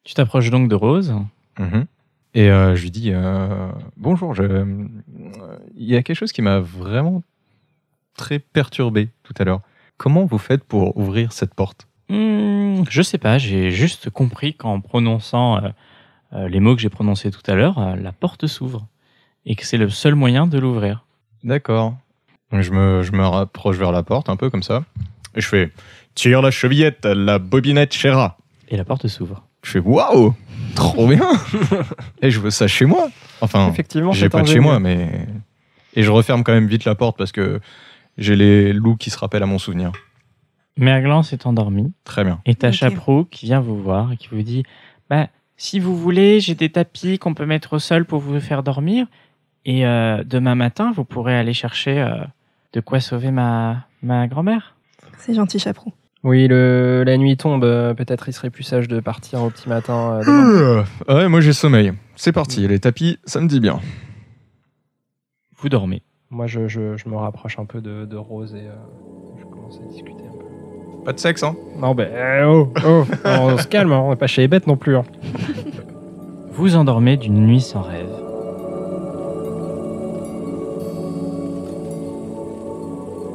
Speaker 2: Tu t'approches donc de Rose.
Speaker 3: Et euh, je lui dis euh, Bonjour, je- euh, il y a quelque chose qui m'a vraiment très perturbé tout à l'heure. Comment vous faites pour ouvrir cette porte
Speaker 2: Hmm, je sais pas, j'ai juste compris qu'en prononçant euh, euh, les mots que j'ai prononcés tout à l'heure, euh, la porte s'ouvre et que c'est le seul moyen de l'ouvrir.
Speaker 3: D'accord. Je me, je me rapproche vers la porte, un peu comme ça. Et je fais Tire la chevillette, la bobinette chéra.
Speaker 2: Et la porte s'ouvre.
Speaker 3: Je fais Waouh Trop bien Et je veux ça chez moi Enfin,
Speaker 5: Effectivement,
Speaker 3: j'ai
Speaker 5: c'est
Speaker 3: pas de chez
Speaker 5: ingénieux.
Speaker 3: moi, mais. Et je referme quand même vite la porte parce que j'ai les loups qui se rappellent à mon souvenir.
Speaker 2: Merglan s'est endormi
Speaker 3: Très bien.
Speaker 2: et t'as
Speaker 6: Ok.
Speaker 2: Chaperoux qui vient vous voir et qui vous dit bah, Si vous voulez, j'ai des tapis qu'on peut mettre au sol pour vous faire dormir. Et euh, demain matin, vous pourrez aller chercher euh, de quoi sauver ma, ma grand-mère.
Speaker 6: C'est gentil, Chaperoux.
Speaker 5: Oui, le, la nuit tombe, euh, peut-être il serait plus sage de partir au petit matin. euh, demain.
Speaker 3: Euh, ouais, moi j'ai sommeil. C'est parti, les tapis, ça me dit bien.
Speaker 2: Vous dormez.
Speaker 5: moi je, je, je me rapproche un peu de, de Rose et euh, je commence à discuter un peu.
Speaker 3: Pas de sexe, hein
Speaker 5: Non, ben oh, oh, on se calme, hein, on n'est pas chez les bêtes non plus. hein.
Speaker 2: Vous endormez d'une nuit sans rêve.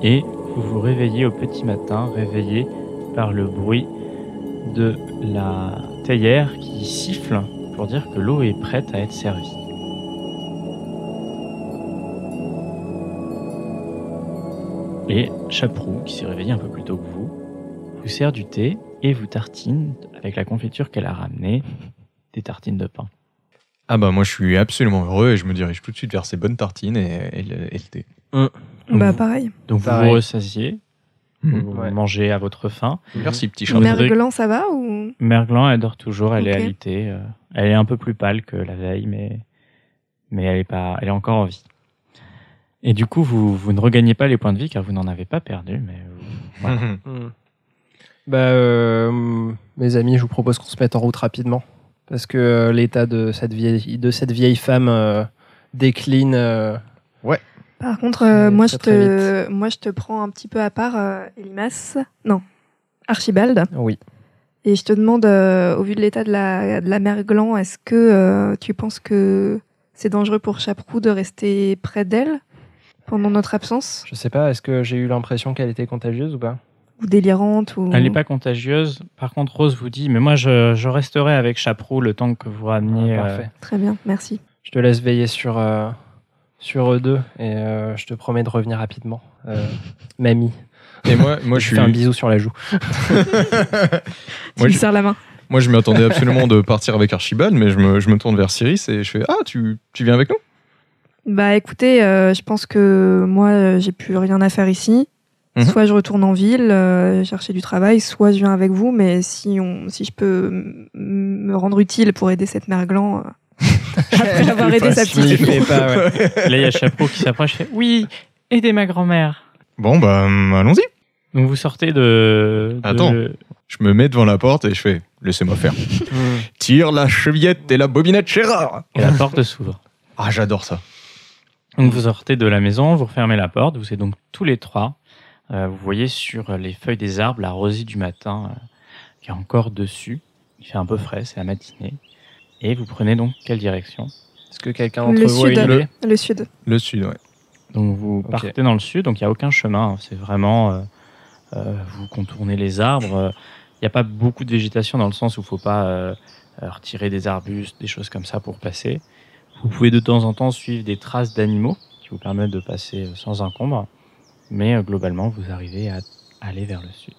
Speaker 2: Et vous vous réveillez au petit matin, réveillé par le bruit de la théière qui siffle pour dire que l'eau est prête à être servie. Et Chaperoux, qui s'est réveillé un peu plus tôt que vous, vous sert du thé et vous tartine avec la confiture qu'elle a ramenée des tartines de pain.
Speaker 3: Ah bah moi je suis absolument heureux et je me dirige tout de suite vers ces bonnes tartines et, et le, et le thé.
Speaker 2: Donc
Speaker 6: Bah,
Speaker 5: Mmh.
Speaker 2: vous-
Speaker 6: pareil.
Speaker 2: Donc vous
Speaker 5: Pareil. Mm.
Speaker 2: vous ressasiez,
Speaker 3: Mhm.
Speaker 2: vous
Speaker 5: Ouais.
Speaker 2: mangez à votre faim.
Speaker 3: Merci petit chat.
Speaker 2: Charles Merveille.
Speaker 6: Merguelan, ça va ou
Speaker 2: Merglan, elle dort toujours, elle est
Speaker 6: Ok.
Speaker 2: alitée. euh, elle est un peu plus pâle que la veille, mais, mais elle, est pas, elle est encore en vie. Et du coup, vous, vous ne regagnez pas les points de vie car vous n'en avez pas perdu. Mais vous- voilà.
Speaker 3: Mmh.
Speaker 5: Hmm. Bah, euh, mes amis, je vous propose qu'on se mette en route rapidement. Parce que euh, l'état de cette vieille, de cette vieille femme euh, décline. euh,
Speaker 6: Par contre, euh,
Speaker 5: Très-
Speaker 6: moi,
Speaker 5: très,
Speaker 6: je
Speaker 5: très
Speaker 6: te, moi, je te prends un petit peu à part, euh, Elimas. Non, Archibald.
Speaker 5: oui.
Speaker 6: Et je te demande, euh, au vu de l'état de la, de la mer Gland, est-ce que euh, tu penses que c'est dangereux pour Chaprou de rester près d'elle pendant notre absence
Speaker 5: Je sais pas, est-ce que j'ai eu l'impression qu'elle était contagieuse ou pas
Speaker 6: Ou délirante ou...
Speaker 2: Elle n'est pas contagieuse. Par contre, Rose vous dit Mais moi, je, je resterai avec Chaprou le temps que vous rameniez.
Speaker 5: Ah,
Speaker 2: euh,
Speaker 5: Parfait.
Speaker 6: Très bien, merci.
Speaker 5: Je te laisse veiller sur, euh, sur eux deux et euh, je te promets de revenir rapidement. Euh, mamie,
Speaker 3: Et moi, moi je
Speaker 5: je
Speaker 3: suis.
Speaker 5: fais un bisou sur la joue.
Speaker 6: Tu
Speaker 3: Moi,
Speaker 6: me
Speaker 3: je-
Speaker 6: serres la main.
Speaker 3: Moi je m'attendais absolument de partir avec Archibald, mais je me, je me tourne vers Cyrus et je fais Ah, tu, tu viens avec nous
Speaker 6: Bah écoutez, euh, je pense que moi, euh, j'ai plus rien à faire ici.
Speaker 3: Mhm.
Speaker 6: Soit je retourne en ville euh, chercher du travail, soit je viens avec vous, mais si, on, si je peux m- m- me rendre utile pour aider cette mère Gland, euh, après avoir aidé sa
Speaker 5: Je m'y
Speaker 6: petite
Speaker 5: fais pas, ouais.
Speaker 2: Là, il y a Chaprou qui s'approche et fait, Oui, aidez ma grand-mère.
Speaker 3: Bon bah hum, allons-y.
Speaker 2: Donc vous sortez de. de-
Speaker 3: Attends. Je me mets devant la porte et je fais laissez-moi faire. Hmm. Tire la chevillette et la bobinette Gérard.
Speaker 2: Et la porte s'ouvre.
Speaker 3: Ah, j'adore ça.
Speaker 2: Donc vous sortez de la maison, vous refermez la porte, vous êtes donc tous les trois. Euh, vous voyez sur les feuilles des arbres la rosée du matin euh, qui est encore dessus. Il fait un peu frais, c'est la matinée. Et vous prenez donc quelle direction
Speaker 5: Est-ce que quelqu'un
Speaker 6: Le
Speaker 5: d'entre vous a
Speaker 6: sud.
Speaker 5: une idée
Speaker 3: Le-
Speaker 6: Le sud.
Speaker 3: Le sud, ouais.
Speaker 2: Donc vous
Speaker 5: Ok.
Speaker 2: partez dans le sud, donc il n'y a aucun chemin. hein. C'est vraiment. euh, euh, vous contournez les arbres. euh, Il n'y a pas beaucoup de végétation dans le sens où il ne faut pas euh, euh, retirer des arbustes, des choses comme ça pour passer. Vous pouvez de temps en temps suivre des traces d'animaux qui vous permettent de passer euh, sans encombre. Mais euh, globalement, vous arrivez à aller vers le sud.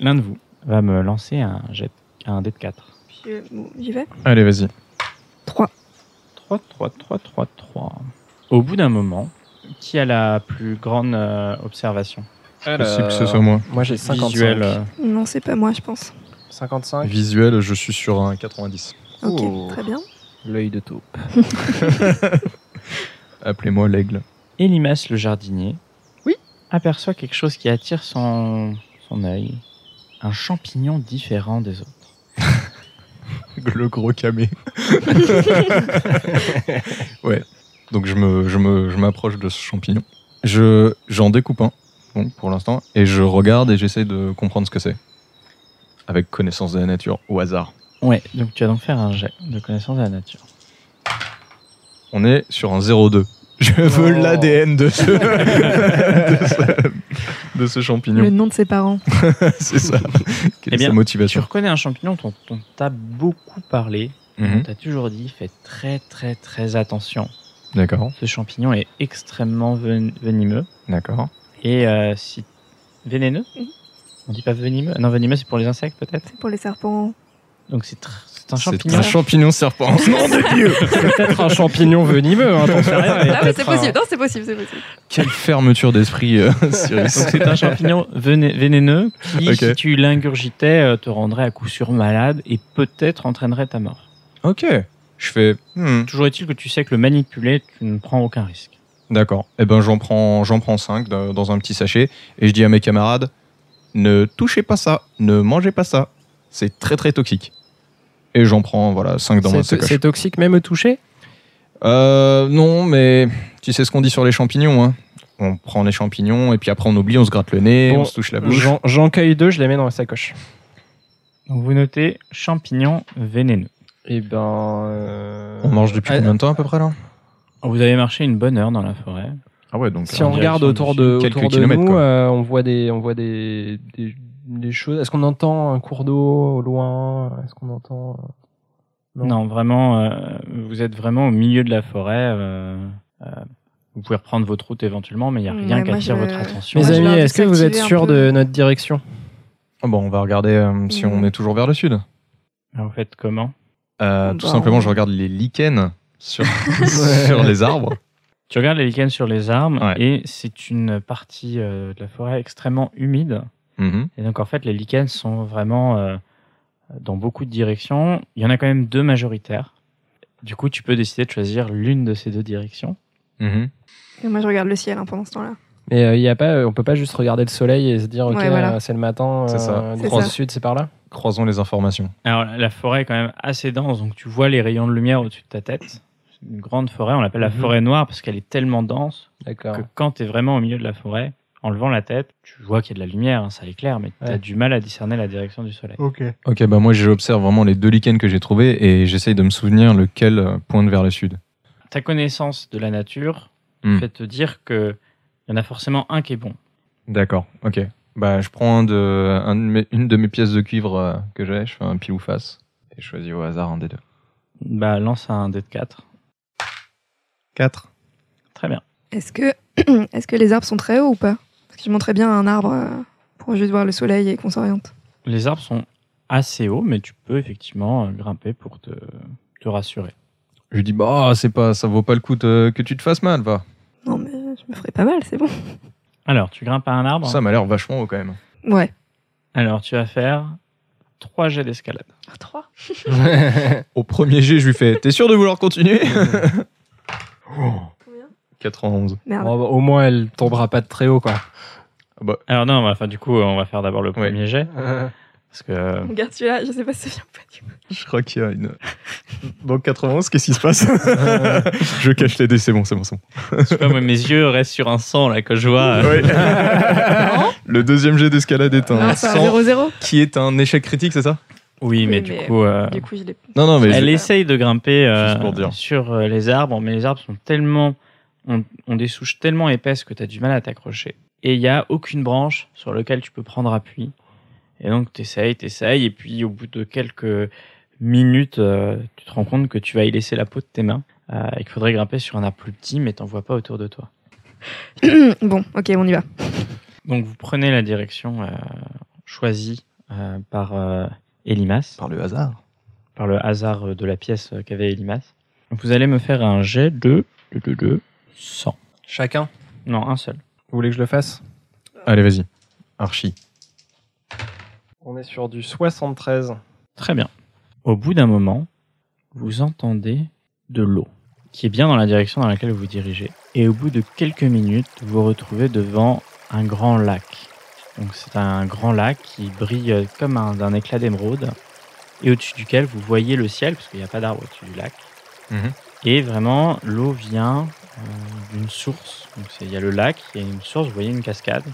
Speaker 2: L'un de vous va me lancer un, jet, un dé de 4.
Speaker 6: Puis, euh, bon, J'y vais.
Speaker 3: Allez, vas-y.
Speaker 6: 3.
Speaker 2: 3, 3, 3, 3, 3. Au bout d'un moment, qui a la plus grande euh, observation
Speaker 3: Possible que ce soit moi.
Speaker 5: Moi j'ai 55.
Speaker 2: visuelle euh,
Speaker 6: Non, c'est pas moi, je pense.
Speaker 5: 55.
Speaker 3: Visuel, je suis sur un 90.
Speaker 6: Ok,
Speaker 5: Oh.
Speaker 6: très bien.
Speaker 5: L'œil de taupe.
Speaker 3: Appelez-moi l'aigle.
Speaker 2: Elimas le jardinier
Speaker 5: Oui.
Speaker 2: aperçoit quelque chose qui attire son, son œil. Un champignon différent des autres.
Speaker 3: Le gros camé. ouais. Donc je me, je me, je m'approche de ce champignon. Je, j'en découpe un, bon, pour l'instant, et je regarde et j'essaie de comprendre ce que c'est. Avec connaissance de la nature, au hasard.
Speaker 2: Ouais, donc tu vas donc faire un jet de connaissance de la nature.
Speaker 3: On est sur un 0,2. Je veux
Speaker 5: Oh.
Speaker 3: l'ADN de ce, de ce, de ce
Speaker 6: Le
Speaker 3: champignon.
Speaker 6: nom de ses parents.
Speaker 3: C'est ça.
Speaker 2: Eh
Speaker 3: Quelle est
Speaker 2: bien,
Speaker 3: sa
Speaker 2: Tu
Speaker 3: motivation
Speaker 2: reconnais un champignon dont on t'a beaucoup parlé.
Speaker 3: Mhm.
Speaker 2: On t'a toujours dit, fais très très très attention.
Speaker 3: D'accord,
Speaker 2: Ce champignon est extrêmement ven- venimeux.
Speaker 3: d'accord.
Speaker 2: Et euh, si... Vénéneux
Speaker 6: Mhm.
Speaker 2: On dit pas venimeux Non, venimeux c'est pour les insectes peut-être.
Speaker 6: C'est pour les serpents.
Speaker 2: Donc c'est tr- c'est un
Speaker 3: C'est
Speaker 2: champignon.
Speaker 3: un champignon serpent. Nom de Dieu
Speaker 5: Peut-être un champignon venimeux, hein, t'en sais rien. mais
Speaker 6: Ah oui,
Speaker 5: peut-être
Speaker 6: c'est
Speaker 5: un-
Speaker 6: possible. Non, c'est possible, c'est possible.
Speaker 3: Quelle fermeture d'esprit, euh, Cyrus.
Speaker 2: Donc, c'est un champignon vené- vénéneux qui,
Speaker 3: Ok.
Speaker 2: si tu l'ingurgitais, euh, te rendrait à coup sûr malade et peut-être entraînerait ta mort.
Speaker 3: Ok. Je fais. hmm,
Speaker 2: Toujours est-il que tu sais que le manipuler, tu ne prends aucun risque.
Speaker 3: D'accord. Eh ben j'en prends, j'en prends cinq dans dans un petit sachet et je dis à mes camarades ne touchez pas ça, ne mangez pas ça, c'est très très toxique. Et j'en prends voilà cinq dans
Speaker 5: C'est-
Speaker 3: mon
Speaker 5: C'est
Speaker 3: sacoche.
Speaker 5: toxique même au toucher
Speaker 3: Euh, non, mais tu sais ce qu'on dit sur les champignons, hein On prend les champignons et puis après on oublie, on se gratte le nez,
Speaker 5: Bon,
Speaker 3: on se touche la bouche.
Speaker 5: J'en j'en cueille deux, je les mets dans la sacoche.
Speaker 2: Donc vous notez champignon vénéneux.
Speaker 3: Eh
Speaker 5: Et ben. euh,
Speaker 3: On mange depuis
Speaker 5: ah,
Speaker 3: combien de temps à peu près là
Speaker 2: Oh, Vous avez marché une bonne heure dans la forêt.
Speaker 3: Ah ouais, donc.
Speaker 5: Si
Speaker 2: en
Speaker 5: on regarde
Speaker 2: direction
Speaker 5: autour
Speaker 2: du
Speaker 5: de,
Speaker 3: quelques
Speaker 5: autour de
Speaker 3: kilomètres,
Speaker 5: nous,
Speaker 3: quoi.
Speaker 5: euh, on voit des, on voit des, des, des choses. Est-ce qu'on entend un cours d'eau au loin Est-ce qu'on entend euh, Non.
Speaker 2: Non, vraiment, euh, vous êtes vraiment au milieu de la forêt. euh, euh, vous pouvez reprendre votre route éventuellement, mais il n'y a
Speaker 6: Ouais,
Speaker 2: rien qui
Speaker 6: Mm, moi,
Speaker 2: attire
Speaker 6: je-
Speaker 2: votre attention.
Speaker 6: Mes
Speaker 5: Mes
Speaker 6: Ouais, j'ai
Speaker 5: amis,
Speaker 6: l'air de
Speaker 5: est-ce que vous êtes
Speaker 6: s'activer un
Speaker 5: sûr
Speaker 6: peu.
Speaker 5: de notre direction
Speaker 3: Ah Bon, on va regarder euh, si
Speaker 5: Hmm.
Speaker 3: on est toujours vers le sud.
Speaker 2: Alors, vous faites comment
Speaker 3: Euh,
Speaker 5: Oh
Speaker 3: tout
Speaker 6: Bah,
Speaker 3: simplement,
Speaker 6: on-
Speaker 3: je regarde les lichens sur, sur les arbres.
Speaker 2: Tu regardes les lichens sur les arbres
Speaker 3: Ouais.
Speaker 2: et c'est une partie euh, de la forêt extrêmement humide.
Speaker 3: Mhm.
Speaker 2: Et donc en fait, les lichens sont vraiment euh, dans beaucoup de directions. Il y en a quand même deux majoritaires. Du coup, tu peux décider de choisir l'une de ces deux directions.
Speaker 3: Mhm.
Speaker 6: Et moi, je regarde le ciel hein, pendant ce temps-là.
Speaker 5: Mais euh, il y a pas, euh, on peut pas juste regarder le soleil et se dire ok,
Speaker 6: Ouais, voilà.
Speaker 5: euh, c'est le matin,
Speaker 3: C'est ça.
Speaker 5: euh,
Speaker 6: C'est
Speaker 5: du croix
Speaker 6: ça.
Speaker 5: du sud, c'est par là.
Speaker 3: Croisons les informations.
Speaker 2: Alors la forêt est quand même assez dense, donc tu vois les rayons de lumière au-dessus de ta tête. C'est une grande forêt, on l'appelle la
Speaker 5: Mhm.
Speaker 2: forêt noire parce qu'elle est tellement dense
Speaker 5: D'accord.
Speaker 2: que quand tu es vraiment au milieu de la forêt, en levant la tête, tu vois qu'il y a de la lumière, hein, ça éclaire, mais tu as
Speaker 5: Ouais.
Speaker 2: du mal à discerner la direction du soleil.
Speaker 3: Ok, bah moi j'observe vraiment les deux lichens que j'ai trouvés et j'essaye de me souvenir lequel euh, pointe vers le sud.
Speaker 2: ta connaissance de la nature
Speaker 3: Hmm.
Speaker 2: fait te dire que il y en a forcément un qui est bon.
Speaker 3: D'accord, ok. Bah je prends un de, un de mes- une de mes pièces de cuivre euh, que j'ai, je fais un pile ou face et je choisis au hasard un des deux.
Speaker 2: Bah lance un dé de 4.
Speaker 3: 4
Speaker 2: Très bien.
Speaker 6: Est-ce que, est-ce que les arbres sont très hauts ou pas Parce que je montrais bien un arbre euh, pour juste voir le soleil et qu'on s'oriente.
Speaker 2: Les arbres sont assez hauts, mais tu peux effectivement euh, grimper pour te, te rassurer.
Speaker 3: Je lui dis bah c'est pas, ça vaut pas le coup de- que tu te fasses mal, va.
Speaker 6: Non, mais je me ferais pas mal, c'est bon.
Speaker 2: Alors, tu grimpes à un arbre.
Speaker 3: Ça m'a l'air vachement haut quand même.
Speaker 6: Ouais.
Speaker 2: Alors, tu vas faire 3 jets d'escalade.
Speaker 6: 3.
Speaker 3: Au premier jet je lui fais, t'es sûr de vouloir continuer Oh.
Speaker 6: Combien
Speaker 3: 91.
Speaker 6: Merde. Ah
Speaker 5: Bon, bah, au moins elle tombera pas de très haut quoi.
Speaker 3: Ah bah,
Speaker 2: Alors non, bah, enfin du coup, on va faire d'abord le
Speaker 3: Ouais.
Speaker 2: premier jet.
Speaker 5: Euh,
Speaker 2: Parce que... euh,
Speaker 6: On garde celui-là, je sais pas si ça vient pas du
Speaker 3: je crois qu'il y a une. Dans 91, qu'est-ce qui se passe Je cache les dés, c'est bon, c'est bon, c'est bon.
Speaker 2: je sais pas, moi, mes yeux restent sur un sang là que je vois.
Speaker 3: Ouais. Ah. Le deuxième jet d'escalade est un
Speaker 6: Non, c'est un
Speaker 3: 100,
Speaker 6: 0-0.
Speaker 3: qui est un échec critique, c'est ça
Speaker 2: Oui, mais,
Speaker 6: mais
Speaker 2: du
Speaker 6: mais-
Speaker 2: coup... euh,
Speaker 6: Du coup, je l'ai.
Speaker 3: Non, non, mais.
Speaker 2: Elle
Speaker 3: je-
Speaker 6: est-
Speaker 2: essaye de grimper euh,
Speaker 3: Juste pour dire.
Speaker 2: sur euh, les arbres, mais les arbres sont tellement. ont, ont des souches tellement épaisses que tu as du mal à t'accrocher. Et il n'y a aucune branche sur laquelle tu peux prendre appui. Et donc, tu essayes, tu et puis au bout de quelques minutes, euh, tu te rends compte que tu vas y laisser la peau de tes mains euh, et qu'il faudrait grimper sur un arbre plus petit, mais t'en vois pas autour de toi.
Speaker 6: bon, ok, on y va.
Speaker 2: Donc, vous prenez la direction euh, choisie euh, par euh, Elimas.
Speaker 3: Par le hasard.
Speaker 2: par le hasard euh, de la pièce qu'avait Elimas. Vous allez me faire un jet de, de, de, de 100.
Speaker 5: Chacun.
Speaker 2: Non, un seul.
Speaker 5: Vous voulez que je le fasse
Speaker 3: Allez, vas-y. Archie.
Speaker 5: On est sur du 73.
Speaker 2: Très bien. Au bout d'un moment, vous entendez de l'eau, qui est bien dans la direction dans laquelle vous vous dirigez. Et au bout de quelques minutes, vous vous retrouvez devant un grand lac. Donc c'est un grand lac qui brille comme un, d'un éclat d'émeraude, et au-dessus duquel vous voyez le ciel, parce qu'il n'y a pas d'arbre au-dessus du lac.
Speaker 3: Mhm.
Speaker 2: Et vraiment, l'eau vient euh, d'une source. Donc c'est- il y a le lac, il y a une source, vous voyez une cascade.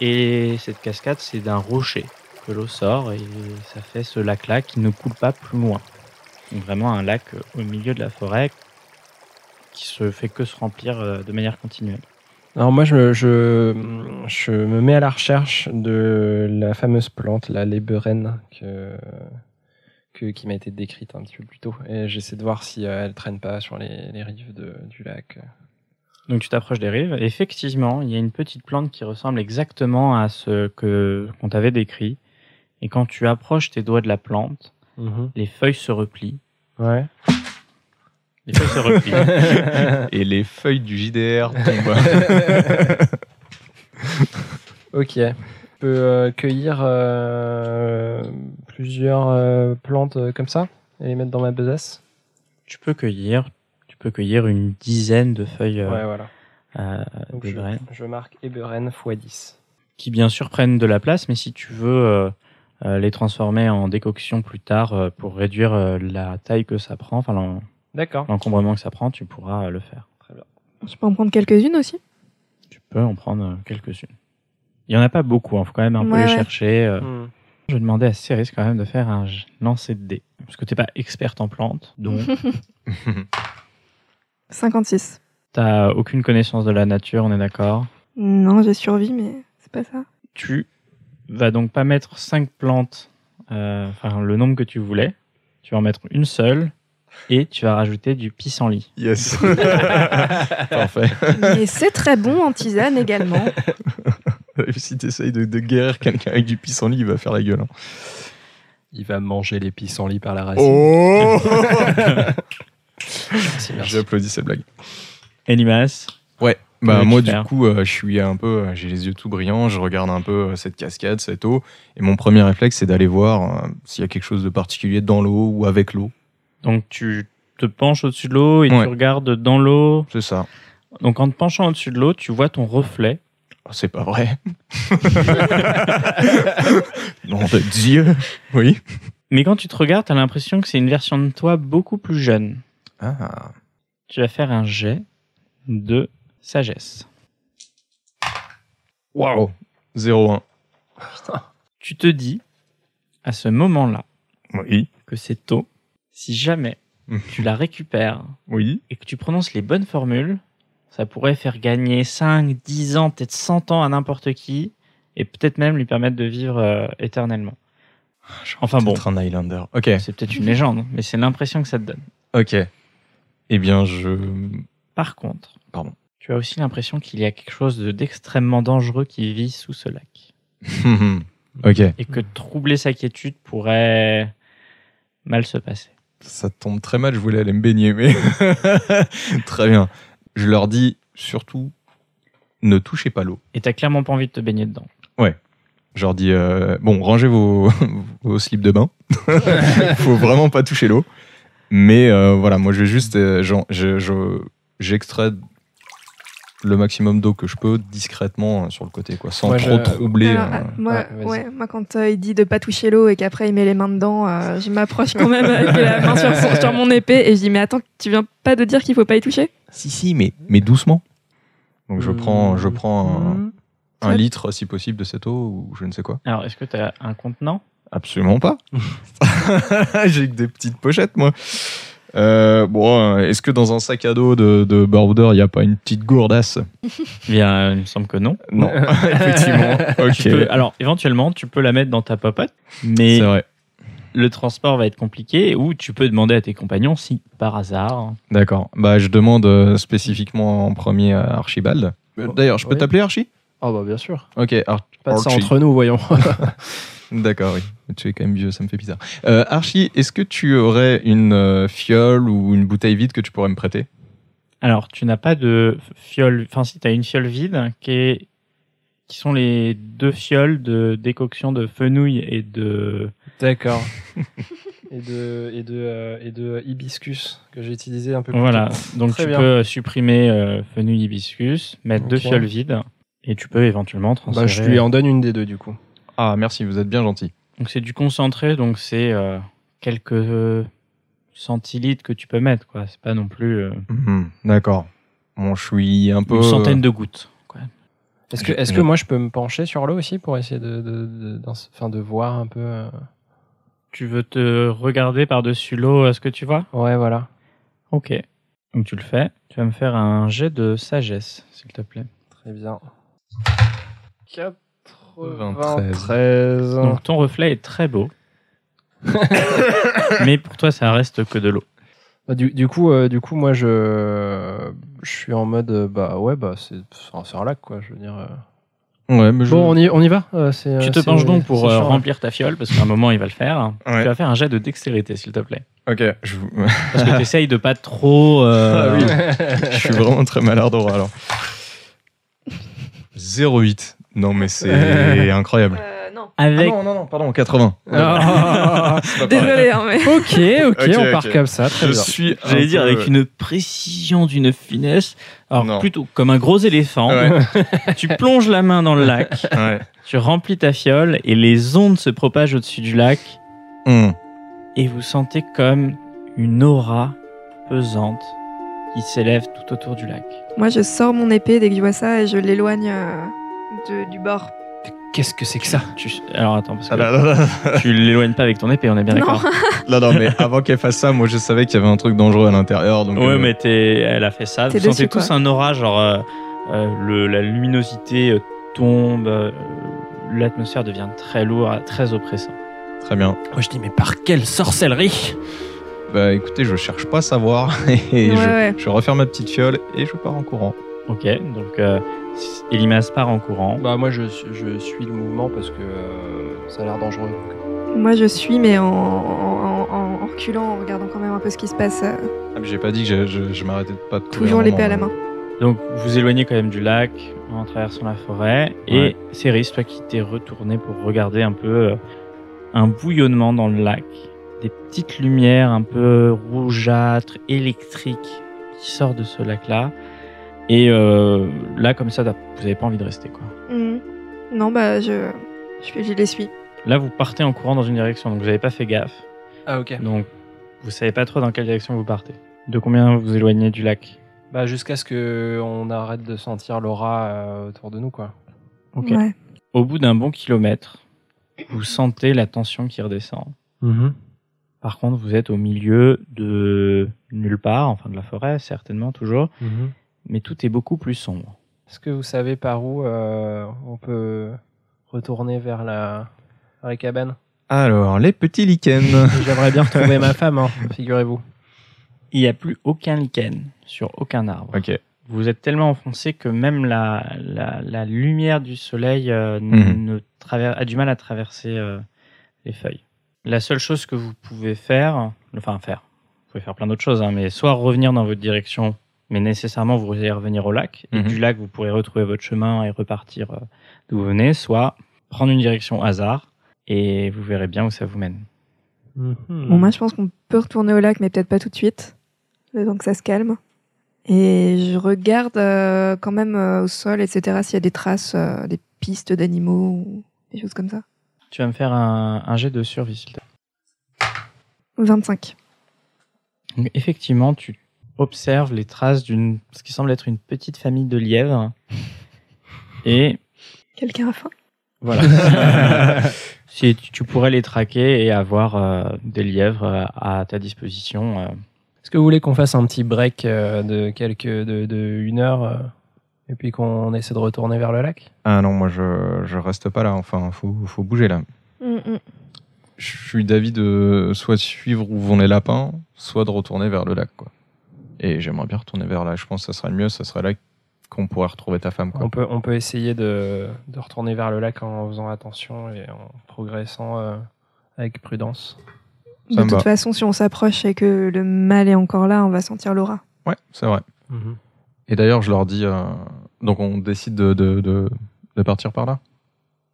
Speaker 2: Et cette cascade, c'est d'un rocher que l'eau sort et ça fait ce lac-là qui ne coule pas plus loin. Donc vraiment un lac euh, au milieu de la forêt qui se fait que se remplir euh, de manière continuelle.
Speaker 5: Alors moi, je, je, je me mets à la recherche de la fameuse plante, la léberène, que, que, qui m'a été décrite un petit peu plus tôt. Et j'essaie de voir si euh, elle traîne pas sur les, les rives de- du lac.
Speaker 2: Donc tu t'approches des rives. Et effectivement, il y a une petite plante qui ressemble exactement à ce que qu'on t'avait décrit. Et quand tu approches tes doigts de la plante, les feuilles se replient.
Speaker 5: Ouais.
Speaker 2: Les feuilles se replient.
Speaker 3: Et les feuilles du JDR
Speaker 5: Ok. Je peux euh, cueillir euh, plusieurs euh, plantes euh, comme ça et les mettre dans ma besace.
Speaker 2: tu peux cueillir, tu peux cueillir une dizaine de feuilles euh,
Speaker 5: Ouais, voilà.
Speaker 2: euh,
Speaker 5: Donc
Speaker 2: des
Speaker 5: je,
Speaker 2: brènes.
Speaker 5: je marque Eberen x 10.
Speaker 2: qui bien sûr prennent de la place, mais si tu veux euh, euh, les transformer en décoction plus tard euh, pour réduire euh, la taille que ça prend, enfin l'en-
Speaker 5: D'accord.
Speaker 2: l'encombrement que ça prend, tu pourras euh, le faire.
Speaker 6: Je peux en prendre quelques-unes aussi
Speaker 2: Tu peux en prendre euh, quelques-unes. Il y en a pas beaucoup, il faut quand même un peu
Speaker 6: Ouais,
Speaker 2: les
Speaker 6: ouais.
Speaker 2: chercher. euh.
Speaker 5: Hmm.
Speaker 2: Je vais demander à Céris quand même de faire un j- lancer de dés, parce que t'es pas experte en plantes, donc
Speaker 6: 56.
Speaker 2: t'as aucune connaissance de la nature, on est d'accord.
Speaker 6: Non, j'ai survie, mais c'est pas ça.
Speaker 2: Tu vas donc pas mettre cinq plantes, euh, enfin le nombre que tu voulais. Tu vas en mettre une seule et tu vas rajouter du pissenlit.
Speaker 3: Yes. Parfait.
Speaker 6: mais c'est très bon en tisane également.
Speaker 3: Si t'essayes de, de guérir quelqu'un avec du pissenlit, il va faire la gueule. hein.
Speaker 5: Il va manger les pissenlits par la racine.
Speaker 3: Oh
Speaker 5: merci, merci.
Speaker 3: J'applaudis cette blague.
Speaker 2: Elimas,
Speaker 3: Ouais, bah
Speaker 2: veux-tu
Speaker 3: moi du
Speaker 2: faire
Speaker 3: coup, euh, je suis un peu, euh, j'ai les yeux tout brillants, je regarde un peu euh, cette cascade, cette eau, et mon premier réflexe c'est d'aller voir euh, s'il y a quelque chose de particulier dans l'eau ou avec l'eau.
Speaker 2: donc tu te penches au-dessus de l'eau et
Speaker 3: Ouais.
Speaker 2: tu regardes dans l'eau.
Speaker 3: C'est ça.
Speaker 2: Donc en te penchant au-dessus de l'eau, tu vois ton reflet.
Speaker 3: Oh, c'est pas vrai. non de Dieu. Oui.
Speaker 2: Mais quand tu te regardes, t'as l'impression que c'est une version de toi beaucoup plus jeune.
Speaker 3: Ah,
Speaker 2: Tu vas faire un jet de sagesse.
Speaker 3: waouh. 0-1.
Speaker 2: Tu te dis, à ce moment-là,
Speaker 3: Oui.
Speaker 2: que cette eau, si jamais tu la récupères
Speaker 3: Oui.
Speaker 2: et que tu prononces les bonnes formules, ça pourrait faire gagner 5, 10 ans, peut-être 100 ans à n'importe qui, et peut-être même lui permettre de vivre euh, éternellement. Enfin bon,
Speaker 3: Ah, Peut-être un Highlander. Ok.
Speaker 2: c'est peut-être une légende, mais c'est l'impression que ça te donne.
Speaker 3: Ok. Eh bien, je.
Speaker 2: Par contre,
Speaker 3: Pardon.
Speaker 2: tu as aussi l'impression qu'il y a quelque chose de- d'extrêmement dangereux qui vit sous ce lac,
Speaker 3: ok.
Speaker 2: et que troubler sa quiétude pourrait mal se passer.
Speaker 3: Ça tombe très mal, je voulais aller me baigner, mais. très bien. Je leur dis surtout, ne touchez pas l'eau.
Speaker 2: Et t'as clairement pas envie de te baigner dedans.
Speaker 3: Je leur dis, euh, bon, rangez vos, vos slips de bain. Faut vraiment pas toucher l'eau. Mais euh, voilà, moi je vais juste. euh, j'en- je- je- J'extrais le maximum d'eau que je peux discrètement euh, sur le côté, quoi, sans
Speaker 5: Moi,
Speaker 3: trop
Speaker 5: je-
Speaker 3: troubler.
Speaker 6: Alors,
Speaker 3: euh,
Speaker 6: ah, moi,
Speaker 5: hein. ouais, vas-y.
Speaker 6: ouais, moi, quand euh, il dit de pas toucher l'eau et qu'après il met les mains dedans, euh, je m'approche quand même avec la main sur, son- sur mon épée et je dis mais attends, tu viens pas de dire qu'il faut pas y toucher
Speaker 3: Si, si, mais, mais doucement. Donc je
Speaker 5: Mmh.
Speaker 3: prends, je prends
Speaker 2: Mmh.
Speaker 3: un, un
Speaker 6: Ouais.
Speaker 3: litre, si possible, de cette eau ou je ne sais quoi.
Speaker 2: Alors, est-ce que tu as un contenant
Speaker 3: Absolument pas. J'ai que des petites pochettes, moi. Euh, bon, est-ce que dans un sac à dos de, de Border, il n'y a pas une petite gourdasse
Speaker 2: Eh Bien, euh, il me semble que non.
Speaker 3: Non, effectivement.
Speaker 2: Tu peux-
Speaker 3: Ok,
Speaker 2: alors, éventuellement, tu peux la mettre dans ta popote, mais
Speaker 3: c'est vrai.
Speaker 2: le transport va être compliqué ou tu peux demander à tes compagnons si, par hasard.
Speaker 3: D'accord. Bah, je demande euh, spécifiquement en premier à Archibald. Euh, D'ailleurs, je peux
Speaker 5: Oui.
Speaker 3: t'appeler Archie
Speaker 5: Ah bah bien sûr.
Speaker 3: Ok, Ar-
Speaker 5: Pas de ça
Speaker 3: Archie.
Speaker 5: entre nous, voyons.
Speaker 3: D'accord, oui. Tu es quand même vieux, ça me fait bizarre. Euh, Archie, est-ce que tu aurais une euh, fiole ou une bouteille vide que tu pourrais me prêter
Speaker 2: Alors, tu n'as pas de fiole. Enfin, si, tu as une fiole vide hein, qui, est- qui sont les deux fioles de décoction de fenouil et de.
Speaker 5: D'accord. et de et de euh, et de hibiscus que j'ai utilisé un peu plus
Speaker 2: Voilà.
Speaker 5: tôt.
Speaker 2: Donc,
Speaker 5: Très
Speaker 2: tu
Speaker 5: bien.
Speaker 2: peux supprimer euh, fenouil hibiscus, mettre deux
Speaker 5: Ok.
Speaker 2: fioles vides et tu peux éventuellement transférer.
Speaker 5: Bah, je lui en donne une des deux du coup.
Speaker 3: Ah, merci, vous êtes bien gentil.
Speaker 2: Donc c'est du concentré, donc c'est euh, quelques euh, centilitres que tu peux mettre, quoi. C'est pas non plus euh,
Speaker 3: Mhm, D'accord. Bon, je suis un peu.
Speaker 2: une centaine de gouttes. quoi.
Speaker 5: Est-ce que, est-ce que moi je peux me pencher sur l'eau aussi pour essayer de, de, de- d'en- enfin, de voir un peu euh,
Speaker 2: Tu veux te regarder par-dessus l'eau, est-ce que tu vois
Speaker 5: Ouais, voilà.
Speaker 2: Ok. Donc tu le fais. Tu vas me faire un jet de sagesse, s'il te plaît.
Speaker 5: Très bien.
Speaker 3: 93.
Speaker 2: Donc ton reflet est très beau. Mais pour toi, ça reste que de l'eau.
Speaker 5: Bah, Du, du coup, euh, du coup, moi je, je suis en mode euh, bah ouais bah c'est, c'est un, c'est un lac quoi. Je veux dire. euh.
Speaker 3: Ouais, mais je-
Speaker 5: Bon, on y, on y va. euh,
Speaker 3: Ah,
Speaker 5: c'est,
Speaker 2: Tu
Speaker 5: euh,
Speaker 2: te
Speaker 5: c'est-
Speaker 2: penches donc pour
Speaker 5: c'est
Speaker 2: euh,
Speaker 5: chiant,
Speaker 2: remplir ta fiole, parce qu'à un moment, il va le faire.
Speaker 3: Ouais.
Speaker 2: Tu vas faire un jet de dextérité, s'il te plaît.
Speaker 3: Ok, je...
Speaker 2: Parce que tu essayes de pas trop... euh,
Speaker 3: Ah oui. je suis vraiment très malade d'or alors. 08. Non, mais c'est incroyable.
Speaker 6: Non.
Speaker 3: Ah
Speaker 2: Avec
Speaker 3: non, non, non, pardon, 80.
Speaker 5: là. Ah,
Speaker 3: C'est pas pareil.
Speaker 6: Désolé, hein, mais.
Speaker 5: ok, ok,
Speaker 3: Ok,
Speaker 5: on part
Speaker 3: ok.
Speaker 5: comme ça. Très
Speaker 3: Je
Speaker 5: bien.
Speaker 3: suis. un
Speaker 2: J'allais dire
Speaker 3: peu-
Speaker 2: avec une précision, d'une finesse. Alors
Speaker 3: Non.
Speaker 2: plutôt comme un gros éléphant.
Speaker 3: Ouais,
Speaker 2: Tu plonges la main dans le lac,
Speaker 3: ouais.
Speaker 2: tu remplis ta fiole et les ondes se propagent au-dessus du lac
Speaker 3: Hmm.
Speaker 2: et vous sentez comme une aura pesante qui s'élève tout autour du lac.
Speaker 6: Moi, je sors mon épée dès que je vois ça et je l'éloigne euh, de- du bord.
Speaker 5: Qu'est-ce que c'est que ça
Speaker 2: Tu- Alors attends, parce que
Speaker 3: Ah là là là là.
Speaker 2: tu l'éloignes pas avec ton épée, on est bien
Speaker 6: Non.
Speaker 2: d'accord.
Speaker 3: Non, non, mais avant qu'elle fasse ça, moi je savais qu'il y avait un truc dangereux à l'intérieur. donc,
Speaker 2: Ouais,
Speaker 3: euh,
Speaker 2: mais t'es- elle a fait ça. Vous
Speaker 6: T'es
Speaker 2: sentez
Speaker 6: dessus, quoi.
Speaker 2: tous un orage, genre euh, euh, le- la luminosité euh, tombe, euh, l'atmosphère devient très lourde, très oppressante.
Speaker 3: Très bien.
Speaker 4: Moi je dis, mais par quelle sorcellerie
Speaker 3: Bah écoutez, je cherche pas à savoir. Et
Speaker 6: Ouais,
Speaker 3: je,
Speaker 6: ouais.
Speaker 3: je referme ma petite fiole et je pars en courant.
Speaker 2: Ok, donc euh, Elimas part en courant.
Speaker 5: Bah moi je, je suis le mouvement parce que euh, ça a l'air dangereux.
Speaker 6: Moi, je suis, mais en, en- en- en- en reculant, en regardant quand même un peu ce qui se passe. euh,
Speaker 3: Ah, mais j'ai pas dit que je, je- je m'arrêtais de pas de courir
Speaker 6: toujours
Speaker 3: un
Speaker 6: l'épée
Speaker 3: moment,
Speaker 6: à la main.
Speaker 2: Donc vous éloignez quand même du lac en traversant la forêt.
Speaker 3: Ouais.
Speaker 2: Et Céris, toi qui t'es retourné pour regarder un peu euh, un bouillonnement dans le lac, des petites lumières un peu rougeâtres, électriques qui sortent de ce lac-là. Et euh, là, comme ça, t'as- vous avez pas envie de rester quoi.
Speaker 6: Mhm. Non, bah, je, je, je les suis.
Speaker 2: Là, vous partez en courant dans une direction, donc vous n'avez pas fait gaffe.
Speaker 5: Ah ok.
Speaker 2: Donc vous savez pas trop dans quelle direction vous partez. De combien vous éloignez du lac
Speaker 5: Bah jusqu'à ce que on arrête de sentir l'aura euh, autour de nous quoi.
Speaker 2: Ok.
Speaker 6: Ouais.
Speaker 2: Au bout d'un bon kilomètre, vous sentez la tension qui redescend.
Speaker 5: Mm-hmm,
Speaker 2: Par contre, vous êtes au milieu de nulle part, enfin de la forêt, certainement toujours,
Speaker 5: mm-hmm.
Speaker 2: mais tout est beaucoup plus sombre.
Speaker 5: Est-ce que vous savez par où euh, on peut retourner vers la, vers la cabane
Speaker 3: Alors, les petits lichens.
Speaker 5: J'aimerais bien retrouver ma femme, hein, figurez-vous.
Speaker 2: Il n'y a plus aucun lichen sur aucun arbre.
Speaker 3: ok.
Speaker 2: Vous êtes tellement enfoncé que même la, la, la lumière du soleil euh, n-
Speaker 3: Mhm.
Speaker 2: ne traver- a du mal à traverser euh, les feuilles. La seule chose que vous pouvez faire, enfin faire, vous pouvez faire plein d'autres choses, hein, mais soit revenir dans votre direction, mais nécessairement vous allez revenir au lac, et
Speaker 3: Mhm.
Speaker 2: du lac vous pourrez retrouver votre chemin et repartir euh, d'où vous venez, soit prendre une direction hasard, et vous verrez bien où ça vous mène.
Speaker 3: Mmh.
Speaker 6: Bon, moi, je pense qu'on peut retourner au lac, mais peut-être pas tout de suite. Le temps que ça se calme. Et je regarde euh, quand même euh, au sol, etc., s'il y a des traces, euh, des pistes d'animaux ou des choses comme ça.
Speaker 2: Tu vas me faire un, un jet de survie, s'il te plaît.
Speaker 6: 25.
Speaker 2: Donc, effectivement, tu observes les traces d'une, ce qui semble être une petite famille de lièvres. Et
Speaker 6: Quelqu'un a faim
Speaker 2: voilà. si tu tu pourrais les traquer et avoir euh, des lièvres euh, à ta disposition. euh.
Speaker 5: Est-ce que vous voulez qu'on fasse un petit break euh, de quelques de, de une heure euh, et puis qu'on essaie de retourner vers le lac
Speaker 3: Ah non, moi je, je reste pas là. Enfin, faut, faut bouger là. Je suis d'avis de soit suivre où vont les lapins, soit de retourner vers le lac. Quoi. Et j'aimerais bien retourner vers là. Je pense que ça serait le mieux. Ça serait là qu'on pourrait retrouver ta femme. Quoi.
Speaker 5: On peut on peut essayer de, de retourner vers le lac en faisant attention et en progressant euh, avec prudence.
Speaker 3: Ça
Speaker 6: De
Speaker 3: me
Speaker 6: toute
Speaker 3: va.
Speaker 6: façon, si on s'approche et que le mal est encore là, on va sentir l'aura.
Speaker 3: Ouais, c'est vrai. Et d'ailleurs, je leur dis. euh, donc, on décide de, de, de, de partir par là.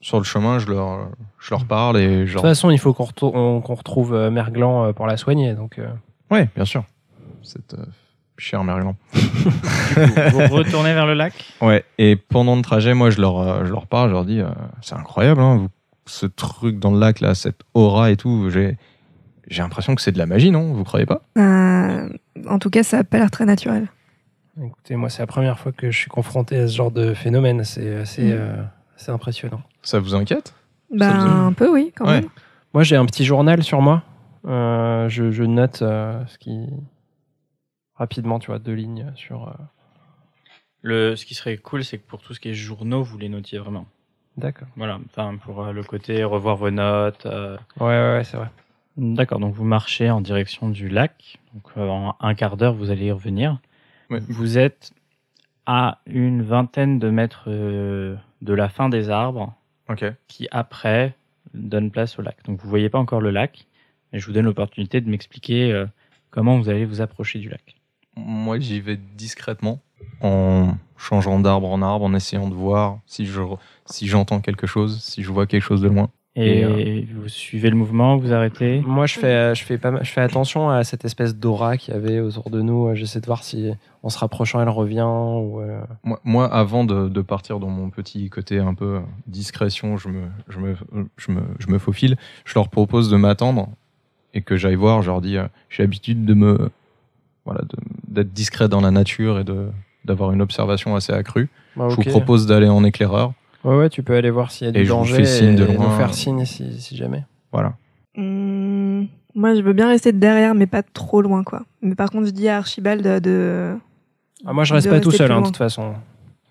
Speaker 3: Sur le chemin, je leur, je leur parle et je
Speaker 5: De
Speaker 3: leur.
Speaker 5: toute façon, il faut qu'on retou- on- qu'on retrouve euh, Merglan euh, pour la soigner. Donc euh,
Speaker 3: Ouais, bien sûr. Cette euh, chère Merlan.
Speaker 2: Vous retournez vers le lac
Speaker 3: Ouais, et pendant le trajet, moi, je leur, euh, je leur parle, je leur dis, euh, c'est incroyable, hein, vous- ce truc dans le lac, là, cette aura et tout, j'ai, j'ai l'impression que c'est de la magie, non Vous croyez pas
Speaker 6: Euh, en tout cas, ça a pas l'air très naturel.
Speaker 5: écoutez, moi c'est la première fois que je suis confronté à ce genre de phénomène. C'est assez
Speaker 6: Mhm.
Speaker 5: euh, assez impressionnant.
Speaker 3: Ça vous inquiète
Speaker 6: Ben,
Speaker 3: faisait-
Speaker 6: un peu, oui, quand
Speaker 3: Ouais.
Speaker 6: même.
Speaker 5: Moi, j'ai un petit journal sur moi. Euh, je, je note euh, ce qui. Rapidement, tu vois, deux lignes sur. euh,
Speaker 2: le, Ce qui serait cool, c'est que pour tout ce qui est journaux, vous les notiez vraiment.
Speaker 5: D'accord.
Speaker 2: Voilà, enfin, pour euh, le côté revoir vos notes. euh.
Speaker 5: Ouais, ouais, ouais, c'est vrai.
Speaker 2: D'accord, donc vous marchez en direction du lac. Donc euh, en un quart d'heure, vous allez y revenir.
Speaker 3: Ouais.
Speaker 2: Vous êtes à une vingtaine de mètres euh, de la fin des arbres.
Speaker 3: Ok.
Speaker 2: qui après donne place au lac. Donc vous voyez pas encore le lac, mais je vous donne l'opportunité de m'expliquer euh, comment vous allez vous approcher du lac.
Speaker 3: Moi, j'y vais discrètement, en changeant d'arbre en arbre, en essayant de voir si, je, si j'entends quelque chose, si je vois quelque chose de loin.
Speaker 2: Et, euh,
Speaker 3: Et,
Speaker 2: vous suivez le mouvement, vous arrêtez.
Speaker 5: Moi, je fais, je fais pas, mal- je fais attention à cette espèce d'aura qu'il y avait autour de nous. J'essaie de voir si, en se rapprochant, elle revient ou. euh,
Speaker 3: Moi, moi, avant de, de partir dans mon petit côté un peu euh, discrétion, je me, je me, je me, je me faufile. Je leur propose de m'attendre et que j'aille voir. Je leur dis, euh, j'ai l'habitude de me, voilà, de- d'être discret dans la nature et de d'avoir une observation assez accrue.
Speaker 5: bah,
Speaker 3: Je
Speaker 5: ok.
Speaker 3: vous propose d'aller en éclaireur.
Speaker 5: Ouais, ouais, tu peux aller voir s'il y a
Speaker 3: Et
Speaker 5: du
Speaker 3: je vous
Speaker 5: danger
Speaker 3: fais signe
Speaker 5: et
Speaker 3: de
Speaker 5: nous
Speaker 3: loin.
Speaker 5: faire signe si, si jamais.
Speaker 3: Voilà.
Speaker 6: Hum, moi, je veux bien rester derrière, mais pas trop loin, quoi. Mais par contre, je dis à Archibald de- de.
Speaker 5: Ah, moi, je
Speaker 6: de
Speaker 5: reste pas tout
Speaker 6: rester
Speaker 5: seul,
Speaker 6: plus
Speaker 5: hein, de
Speaker 6: loin.
Speaker 5: toute façon.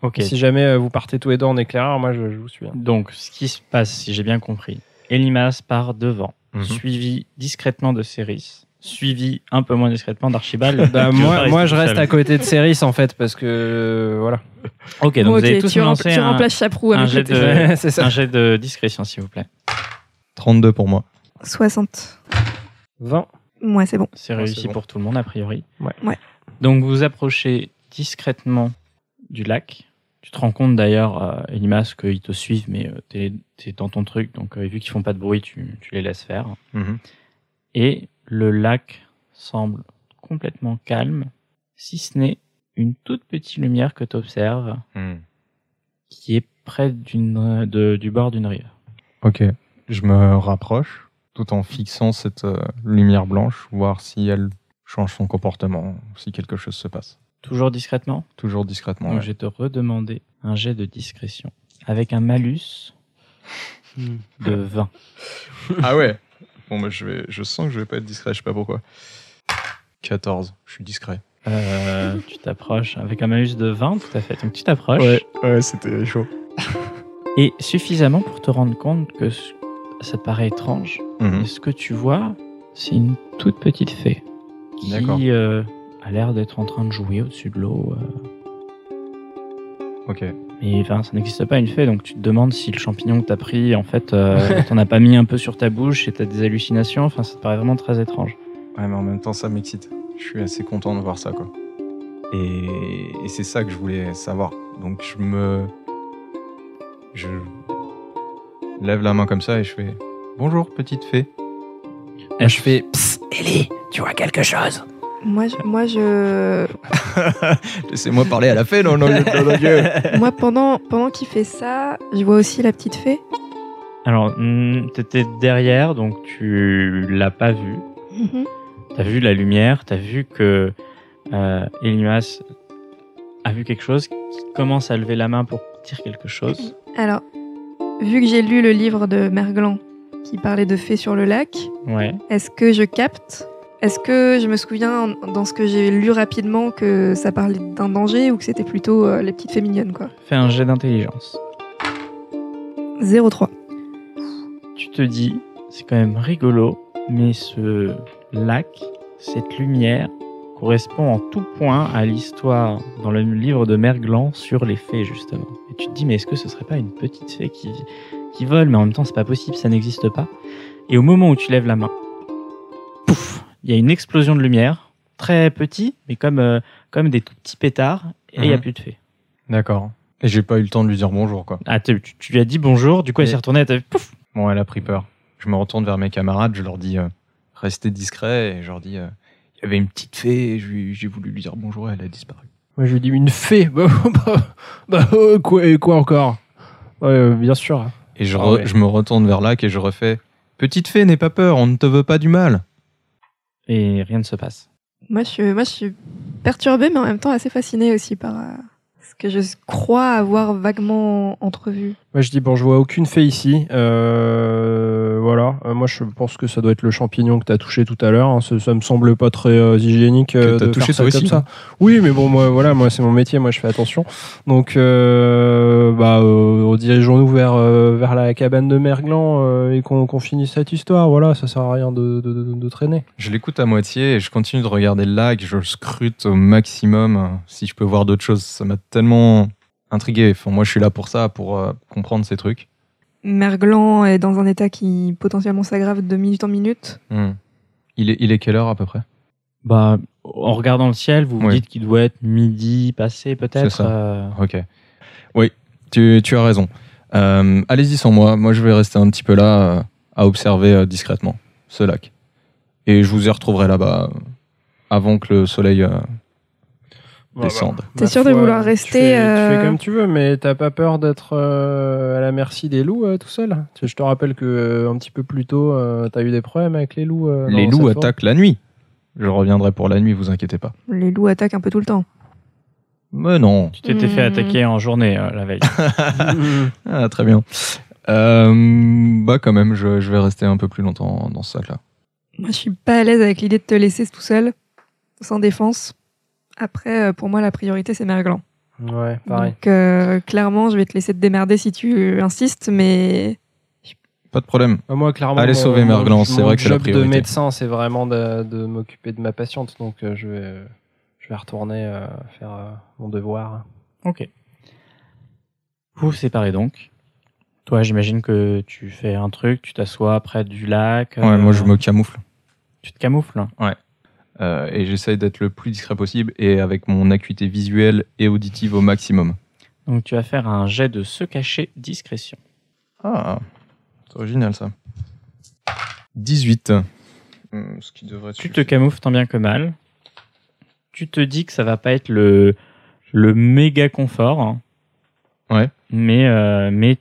Speaker 2: Ok.
Speaker 5: Si jamais euh, vous partez tous les deux en éclaireur, moi, je, je vous suis. hein.
Speaker 2: Donc ce qui se passe, si j'ai bien compris, Elimas part devant,
Speaker 3: Mhm.
Speaker 2: suivi discrètement de Céris, suivi un peu moins discrètement d'Archibald.
Speaker 5: Bah,
Speaker 2: Tu veux pas
Speaker 5: moi,
Speaker 2: rester
Speaker 5: moi, je
Speaker 2: tout
Speaker 5: reste
Speaker 2: seul.
Speaker 5: à côté de Céris, en fait, parce que. euh, voilà.
Speaker 2: Ok, donc
Speaker 6: Ok,
Speaker 2: vous allez tous
Speaker 6: tu,
Speaker 2: me
Speaker 6: rem-
Speaker 2: lancer
Speaker 6: tu
Speaker 2: un,
Speaker 6: remplaces Chaprou
Speaker 2: un
Speaker 6: avec
Speaker 2: jet
Speaker 6: le
Speaker 2: de-
Speaker 5: Ouais, c'est ça.
Speaker 2: un jet de discrétion, s'il vous plaît.
Speaker 3: 32 pour moi.
Speaker 6: 60.
Speaker 5: 20.
Speaker 6: Ouais, c'est bon.
Speaker 2: C'est
Speaker 3: Ouais,
Speaker 2: réussi
Speaker 3: c'est bon.
Speaker 2: pour tout le monde, a priori.
Speaker 5: Ouais.
Speaker 6: Ouais.
Speaker 2: Donc, vous vous approchez discrètement du lac. Tu te rends compte d'ailleurs, euh, Elimas, qu'ils te suivent, mais euh, t'es t'es dans ton truc. Donc, euh, vu qu'ils font pas de bruit, tu, tu les laisses faire. Et le lac semble complètement calme, si ce n'est une toute petite lumière que tu observes qui est près d'une- de- du bord d'une rive.
Speaker 3: Ok. Je me rapproche tout en fixant cette euh, lumière blanche, voir si elle change son comportement, si quelque chose se passe.
Speaker 2: Toujours discrètement
Speaker 3: Toujours discrètement.
Speaker 2: Donc,
Speaker 3: ouais.
Speaker 2: je vais te redemander un jet de discrétion avec un malus de 20.
Speaker 3: Ah ouais Bon, bah, je, vais, je sens que je vais pas être discret, je sais pas pourquoi. 14, je suis discret.
Speaker 2: Euh, tu t'approches avec un malus de 20, tout à fait. Donc tu t'approches
Speaker 3: ouais, c'était chaud.
Speaker 2: et suffisamment pour te rendre compte que ce- ça te paraît étrange.
Speaker 3: Mhm. Mmh.
Speaker 2: mais ce que tu vois, c'est une toute petite fée
Speaker 3: D'accord.
Speaker 2: qui euh, a l'air d'être en train de jouer au-dessus de l'eau. euh.
Speaker 3: Ok.
Speaker 2: Mais enfin, ça n'existe pas une fée, donc tu te demandes si le champignon que t'as pris, en fait, euh, t'en as pas mis un peu sur ta bouche et t'as des hallucinations. Enfin, ça te paraît vraiment très étrange.
Speaker 3: Ouais, mais en même temps, ça m'excite. Je suis assez content de voir ça, quoi. Et, et c'est ça que je voulais savoir. Donc, je me. Je. Lève la main comme ça et je fais. Bonjour, petite fée. Ah,
Speaker 5: Je fais. Psst, Ellie, tu vois quelque chose
Speaker 6: Moi, je- moi, je,
Speaker 3: Laissez-moi parler à la fée, non, non, non, non, non, Dieu.
Speaker 6: moi pendant, pendant qu'il fait ça, je vois aussi la petite fée.
Speaker 2: Alors, hmm, t'étais derrière, donc tu l'as pas vu.
Speaker 6: Mhm.
Speaker 2: T'as vu la lumière, t'as vu que euh, Elimas a vu quelque chose, qui commence à lever la main pour dire quelque chose.
Speaker 6: Alors, vu que j'ai lu le livre de Merglan qui parlait de fées sur le lac,
Speaker 2: Ouais.
Speaker 6: est-ce que je capte Est-ce que je me souviens en- dans ce que j'ai lu rapidement que ça parlait d'un danger ou que c'était plutôt euh, les petites fées mignonnes quoi
Speaker 2: Fais un jet d'intelligence.
Speaker 6: 0,3.
Speaker 2: tu te dis, c'est quand même rigolo, mais ce lac, cette lumière, correspond en tout point à l'histoire dans le livre de Merglan sur les fées, justement. Et tu te dis, mais est-ce que ce serait pas une petite fée qui, qui vole, mais en même temps, c'est pas possible, ça n'existe pas. Et au moment où tu lèves la main, pouf, il y a une explosion de lumière, très petit, mais comme, euh, comme des tout petits pétards, et il n'y a
Speaker 3: Mhm.
Speaker 2: plus de fée.
Speaker 3: D'accord. Et j'ai pas eu le temps de lui dire bonjour, quoi.
Speaker 2: Ah, tu, tu- tu lui as dit bonjour, du coup, elle
Speaker 3: Mais-
Speaker 2: s'est retournée, elle t'a vu, pouf,
Speaker 3: Bon, elle a pris peur. Je me retourne vers mes camarades, je leur dis euh, restez discrets, et je leur dis euh, il y avait une petite fée, et je lui- j'ai voulu lui dire bonjour, et elle a disparu.
Speaker 5: Moi, je lui dis une fée. Bah, bah, bah, euh, quoi, et quoi encore Ouais, euh, bien sûr.
Speaker 3: Et je,
Speaker 5: Ah
Speaker 3: re-
Speaker 5: ouais.
Speaker 3: je me retourne vers Lac et je refais Petite fée, n'aie pas peur, on ne te veut pas du mal.
Speaker 2: et rien ne se passe.
Speaker 6: Moi je, moi, je suis perturbée, mais en même temps assez fascinée aussi par euh, ce que je crois avoir vaguement entrevu.
Speaker 5: Moi, je dis bon, je vois aucune fée ici. Euh, voilà. Euh, moi, je pense que ça doit être le champignon que t'as touché tout à l'heure. hein. Ça, ça me semble pas très euh, hygiénique. euh,
Speaker 3: t'as
Speaker 5: de
Speaker 3: touché
Speaker 5: faire ça
Speaker 3: toi
Speaker 5: comme
Speaker 3: aussi,
Speaker 5: ça. Oui, mais bon, moi, voilà, moi, c'est mon métier. Moi, je fais attention. Donc, euh, bah, euh, dirigeons-nous vers euh, vers la cabane de Merglan euh, et qu'on qu'on finisse cette histoire. Voilà, ça sert à rien de- de- de- de traîner.
Speaker 3: Je l'écoute à moitié et je continue de regarder le lac, je le scrute au maximum euh, si je peux voir d'autres choses. Ça m'a tellement intrigué. Enfin, moi, je suis là pour ça, pour euh, comprendre ces trucs.
Speaker 6: Merglan est dans un état qui potentiellement s'aggrave de minute en minute.
Speaker 3: Hmm. Il, est, il est quelle heure à peu près
Speaker 2: Bah, en regardant le ciel, vous vous
Speaker 3: Oui.
Speaker 2: dites qu'il doit être midi passé
Speaker 3: C'est
Speaker 2: peut-être.
Speaker 3: ça.
Speaker 2: euh,
Speaker 3: Ok. Oui, tu, tu as raison. Euh, Allez-y sans moi. Moi, je vais rester un petit peu là euh, à observer euh, discrètement ce lac. Et je vous y retrouverai là-bas euh, avant que le soleil euh,
Speaker 5: Bah, bah.
Speaker 3: descende.
Speaker 6: T'es
Speaker 5: Ma
Speaker 6: sûr de
Speaker 5: foi,
Speaker 6: vouloir
Speaker 5: tu
Speaker 6: rester,
Speaker 5: fais- Tu
Speaker 6: euh,
Speaker 5: fais comme tu veux, mais t'as pas peur d'être euh, à la merci des loups euh, tout seul Tu- Je te rappelle que euh, un petit peu plus tôt, euh, t'as eu des problèmes avec les loups. euh,
Speaker 3: Les
Speaker 5: dans
Speaker 3: loups
Speaker 5: cette forêt.
Speaker 3: attaquent la nuit. Je reviendrai pour la nuit, vous inquiétez pas.
Speaker 6: Les loups attaquent un peu tout le temps.
Speaker 3: Mais non.
Speaker 2: Tu t'étais
Speaker 6: Hmm.
Speaker 2: fait attaquer en journée euh, la veille.
Speaker 3: Ah, très bien. Euh, bah, quand même, je, je vais rester un peu plus longtemps dans ce sac-là.
Speaker 6: Moi, je suis pas à l'aise avec l'idée de te laisser tout seul, sans défense. Après, euh, pour moi, la priorité, c'est Merglan.
Speaker 5: Ouais, pareil.
Speaker 6: Donc, euh, clairement, je vais te laisser te démerder si tu insistes, mais
Speaker 3: Pas de problème.
Speaker 5: Bah, Moi, clairement,
Speaker 3: Allez
Speaker 5: mon-
Speaker 3: sauver
Speaker 5: mon-
Speaker 3: Merglan, c'est
Speaker 5: mon
Speaker 3: vrai que c'est la
Speaker 5: job
Speaker 3: priorité.
Speaker 5: de médecin, c'est vraiment de, de m'occuper de ma patiente, donc euh, je vais, euh, je vais retourner euh, faire euh, mon devoir.
Speaker 2: ok. Vous vous séparez donc. Toi, j'imagine que tu fais un truc, tu t'assois près du lac.
Speaker 3: Ouais,
Speaker 2: euh,
Speaker 3: moi, je me camoufle.
Speaker 2: Tu te camoufles.
Speaker 3: Euh, et j'essaye d'être le plus discret possible et avec mon acuité visuelle et auditive au maximum.
Speaker 2: Donc tu vas faire un jet de se cacher discrétion.
Speaker 3: Ah, c'est original ça. 18. Hmm, Ce qui devrait
Speaker 2: Tu te camoufles tant bien que mal. Tu te dis que ça va pas être le, le méga confort. hein.
Speaker 3: Ouais.
Speaker 2: Mais, euh, mais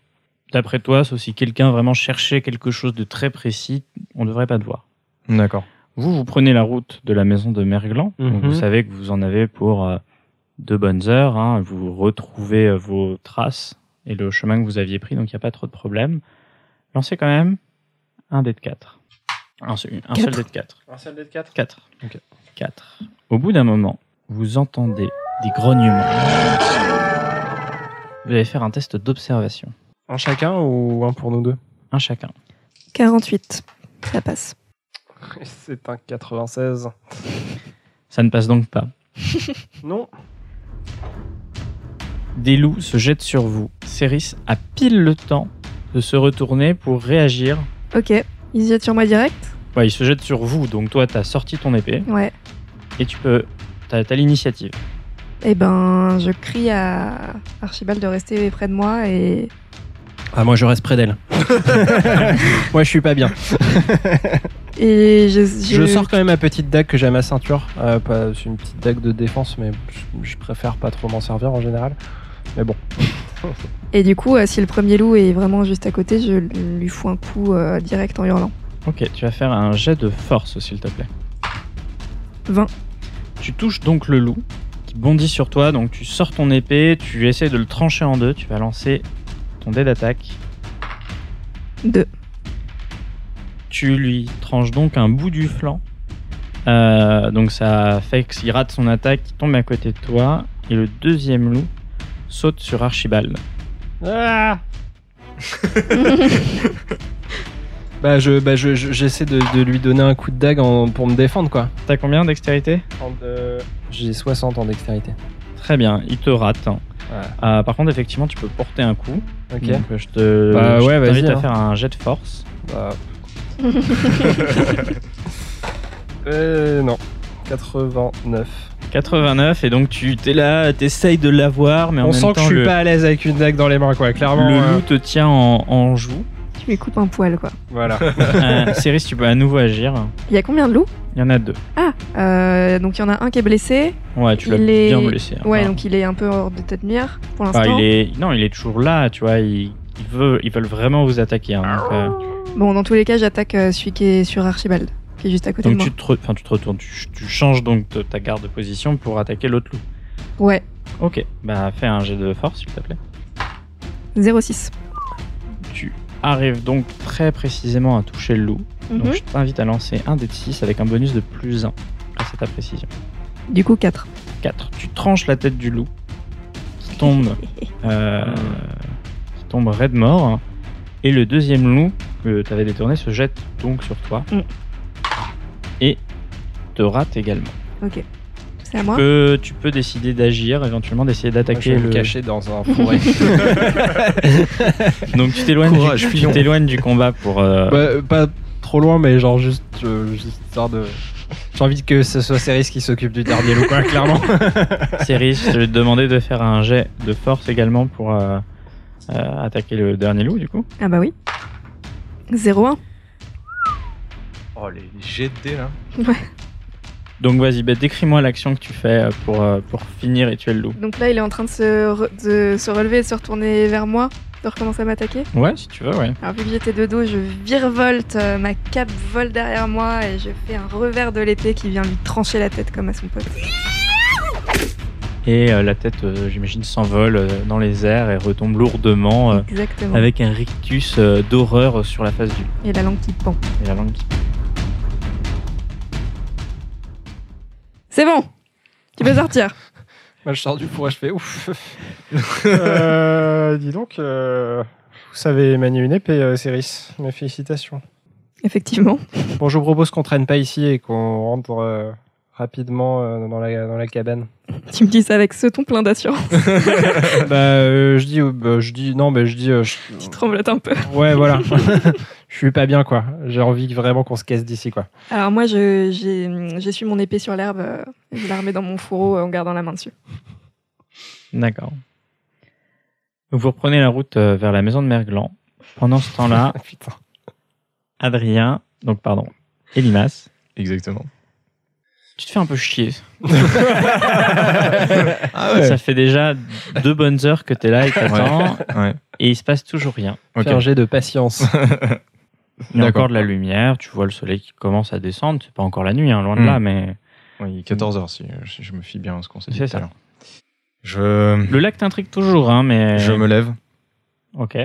Speaker 2: d'après toi, sauf si quelqu'un vraiment cherchait quelque chose de très précis, on devrait pas te voir.
Speaker 3: D'accord.
Speaker 2: Vous, vous prenez la route de la maison de Merglan. Donc,
Speaker 5: Mhm.
Speaker 2: Vous savez que vous en avez pour euh, deux bonnes heures. hein. Vous retrouvez euh, vos traces et le chemin que vous aviez pris, donc il n'y a pas trop de problème. Lancez quand même un dé de 4. Un, seul- un seul
Speaker 6: Quatre.
Speaker 2: dé de 4.
Speaker 5: Un seul de 4
Speaker 2: 4.
Speaker 5: Ok.
Speaker 2: 4. Au bout d'un moment, vous entendez des grognements. Vous allez faire un test d'observation.
Speaker 5: Un chacun ou un pour nous deux
Speaker 2: Un chacun.
Speaker 6: 48, ça passe.
Speaker 5: C'est un 96.
Speaker 2: Ça ne passe donc pas.
Speaker 5: Non
Speaker 2: Des loups se jettent sur vous. Céris a pile le temps de se retourner pour réagir.
Speaker 6: Ok, ils se jettent sur moi direct
Speaker 2: Ouais, il se jette sur vous, donc toi, t'as sorti ton épée
Speaker 6: Ouais.
Speaker 2: et tu peux. T'as t'as l'initiative.
Speaker 6: Eh ben, je crie à Archibald de rester près de moi et
Speaker 5: Ah, moi, je reste près d'elle. moi, je suis pas bien.
Speaker 6: Et je, je-
Speaker 5: Je sors quand même ma petite dague que j'ai à ma ceinture. Euh, pas- c'est une petite dague de défense, mais je- je préfère pas trop m'en servir en général.
Speaker 6: Et du coup, euh, si le premier loup est vraiment juste à côté, je lui fous un coup euh, direct en hurlant.
Speaker 2: Ok, tu vas faire un jet de force, s'il te plaît.
Speaker 6: 20.
Speaker 2: Tu touches donc le loup, qui bondit sur toi, donc tu sors ton épée, tu essaies de le trancher en deux, tu vas lancer ton dé d'attaque.
Speaker 6: 2.
Speaker 2: Tu lui tranches donc un bout du flanc. Euh, donc ça fait qu'il rate son attaque, il tombe à côté de toi, et le deuxième loup saute sur Archibald.
Speaker 5: Bah, je, bah je, je- j'essaie de, de lui donner un coup de dague en- pour me défendre, quoi.
Speaker 2: T'as combien de dextérité
Speaker 5: J'ai 60 en dextérité.
Speaker 2: Très bien, il te rate.
Speaker 5: Ouais.
Speaker 2: Euh, par contre, effectivement, tu peux porter un coup.
Speaker 5: Ok.
Speaker 2: Donc, euh, je te
Speaker 5: Bah
Speaker 2: je
Speaker 5: ouais,
Speaker 2: t'invite
Speaker 5: vas-y,
Speaker 2: à
Speaker 5: hein.
Speaker 2: faire un jet de force.
Speaker 5: Bah. euh, non. 89.
Speaker 2: 89 et donc tu t'es là, t'essayes de l'avoir, mais en
Speaker 5: On
Speaker 2: même
Speaker 5: sent que
Speaker 2: temps
Speaker 5: je suis
Speaker 2: le,
Speaker 5: pas à l'aise avec une dague dans les mains, quoi, clairement.
Speaker 2: le
Speaker 5: euh,
Speaker 2: loup te tient en, en joue.
Speaker 6: Tu lui coupes un poil, quoi.
Speaker 5: Voilà.
Speaker 2: euh, Céris, tu peux à nouveau agir.
Speaker 6: Il y a combien de loups
Speaker 2: Il y en a deux.
Speaker 6: Ah euh, Donc il y en a un qui est blessé.
Speaker 2: Ouais, tu l'as
Speaker 6: Il est-
Speaker 2: bien blessé. hein.
Speaker 6: Ouais,
Speaker 2: Enfin,
Speaker 6: donc il est un peu hors de tête mire pour
Speaker 2: enfin,
Speaker 6: l'instant.
Speaker 2: il est non, il est toujours là, tu vois. Il, il veut, ils veulent vraiment vous attaquer. hein, donc, euh,
Speaker 6: Bon, dans tous les cas, j'attaque euh, celui qui est sur Archibald, qui est juste à côté
Speaker 2: donc
Speaker 6: de
Speaker 2: tu te, re- enfin, tu te retournes, tu, tu changes donc de- ta garde de position pour attaquer l'autre loup.
Speaker 6: moi. Ouais,
Speaker 2: Ok, bah fais un jet de force, s'il te plaît.
Speaker 6: 0,6.
Speaker 2: Tu arrives donc très précisément à toucher le loup.
Speaker 6: Mhm.
Speaker 2: Donc je t'invite à lancer un dé de 6 avec un bonus de plus 1 grâce à ta précision.
Speaker 6: Du coup, 4.
Speaker 2: 4. Tu tranches la tête du loup qui tombe, euh, qui tombe raide mort. hein. Et le deuxième loup que tu avais détourné se jette donc sur toi
Speaker 6: Mm.
Speaker 2: et te rate également.
Speaker 6: C'est à moi.
Speaker 2: Que tu peux décider d'agir, éventuellement d'essayer
Speaker 5: Je
Speaker 2: d'attaquer
Speaker 5: vais
Speaker 2: le.
Speaker 5: me cacher dans un fourré.
Speaker 2: Donc tu t'éloignes
Speaker 3: Courage,
Speaker 2: du, tu
Speaker 3: pion.
Speaker 2: t'éloignes du combat pour. euh,
Speaker 5: Bah, euh, pas trop loin, mais genre juste, euh, juste histoire de. J'ai envie que ce soit Céris qui s'occupe du dernier loup, quoi, clairement.
Speaker 2: Céris, je vais te demander de faire un jet de force également pour euh, euh, attaquer le dernier loup, du coup.
Speaker 6: Ah bah oui. 0,1.
Speaker 3: Oh, les GD là.
Speaker 2: Donc vas-y, bah, décris-moi l'action que tu fais euh, pour, euh, pour finir et tuer le loup.
Speaker 6: Donc là, il est en train de se, re- de se relever et de se retourner vers moi, de recommencer à m'attaquer.
Speaker 2: Ouais, si tu veux, ouais.
Speaker 6: Alors, vu que j'étais de dos, je virevolte, euh, ma cape vole derrière moi et je fais un revers de l'épée qui vient lui trancher la tête comme à son pote.
Speaker 2: Et euh, la tête, euh, j'imagine, s'envole euh, dans les airs et retombe lourdement euh,
Speaker 6: Exactement.
Speaker 2: avec un rictus euh, d'horreur sur la face du loup.
Speaker 6: Et la langue qui pend.
Speaker 2: Et la langue qui-
Speaker 6: C'est bon Tu peux sortir.
Speaker 5: Moi, je sors du fourré, je fais ouf.
Speaker 7: Euh, dis donc, euh, vous savez manier une épée, euh, Céris. Mes félicitations.
Speaker 6: Effectivement.
Speaker 7: Bon, je vous propose qu'on traîne pas ici et qu'on rentre euh, rapidement euh, dans, la, dans la cabane.
Speaker 6: Tu me dis ça avec ce ton plein d'assurance.
Speaker 7: bah, euh, je dis, euh, bah, je dis, non, mais je dis, euh, je-
Speaker 6: Tu tremblotes un peu.
Speaker 7: ouais, voilà. je suis pas bien, quoi. J'ai envie vraiment qu'on se casse d'ici, quoi.
Speaker 6: Alors moi, je- j'ai j'essuie mon épée sur l'herbe, euh, je la remets dans mon fourreau euh, en gardant la main dessus.
Speaker 2: D'accord. Donc, Vous reprenez la route euh, vers la maison de Merglan. Pendant ce temps-là,
Speaker 7: Putain.
Speaker 2: Adrien, donc pardon, Elimas,
Speaker 3: Exactement.
Speaker 2: tu te fais un peu chier.
Speaker 3: Ah
Speaker 2: Ça fait déjà deux bonnes heures que t'es là et t'attends
Speaker 3: Ouais.
Speaker 2: et il se passe toujours rien.
Speaker 3: Ok.
Speaker 5: Fais un jet de patience.
Speaker 2: Il y a
Speaker 3: D'accord.
Speaker 2: encore de la lumière, tu vois le soleil qui commence à descendre, c'est pas encore la nuit, hein, loin de
Speaker 3: Mm.
Speaker 2: là, mais
Speaker 3: Oui, 14h si, euh, si je me fie bien à ce qu'on s'est dit
Speaker 2: C'est
Speaker 3: tout
Speaker 2: ça.
Speaker 3: à l'heure. Je,
Speaker 2: le lac t'intrigue toujours, hein, mais...
Speaker 3: je me lève,
Speaker 2: Ok,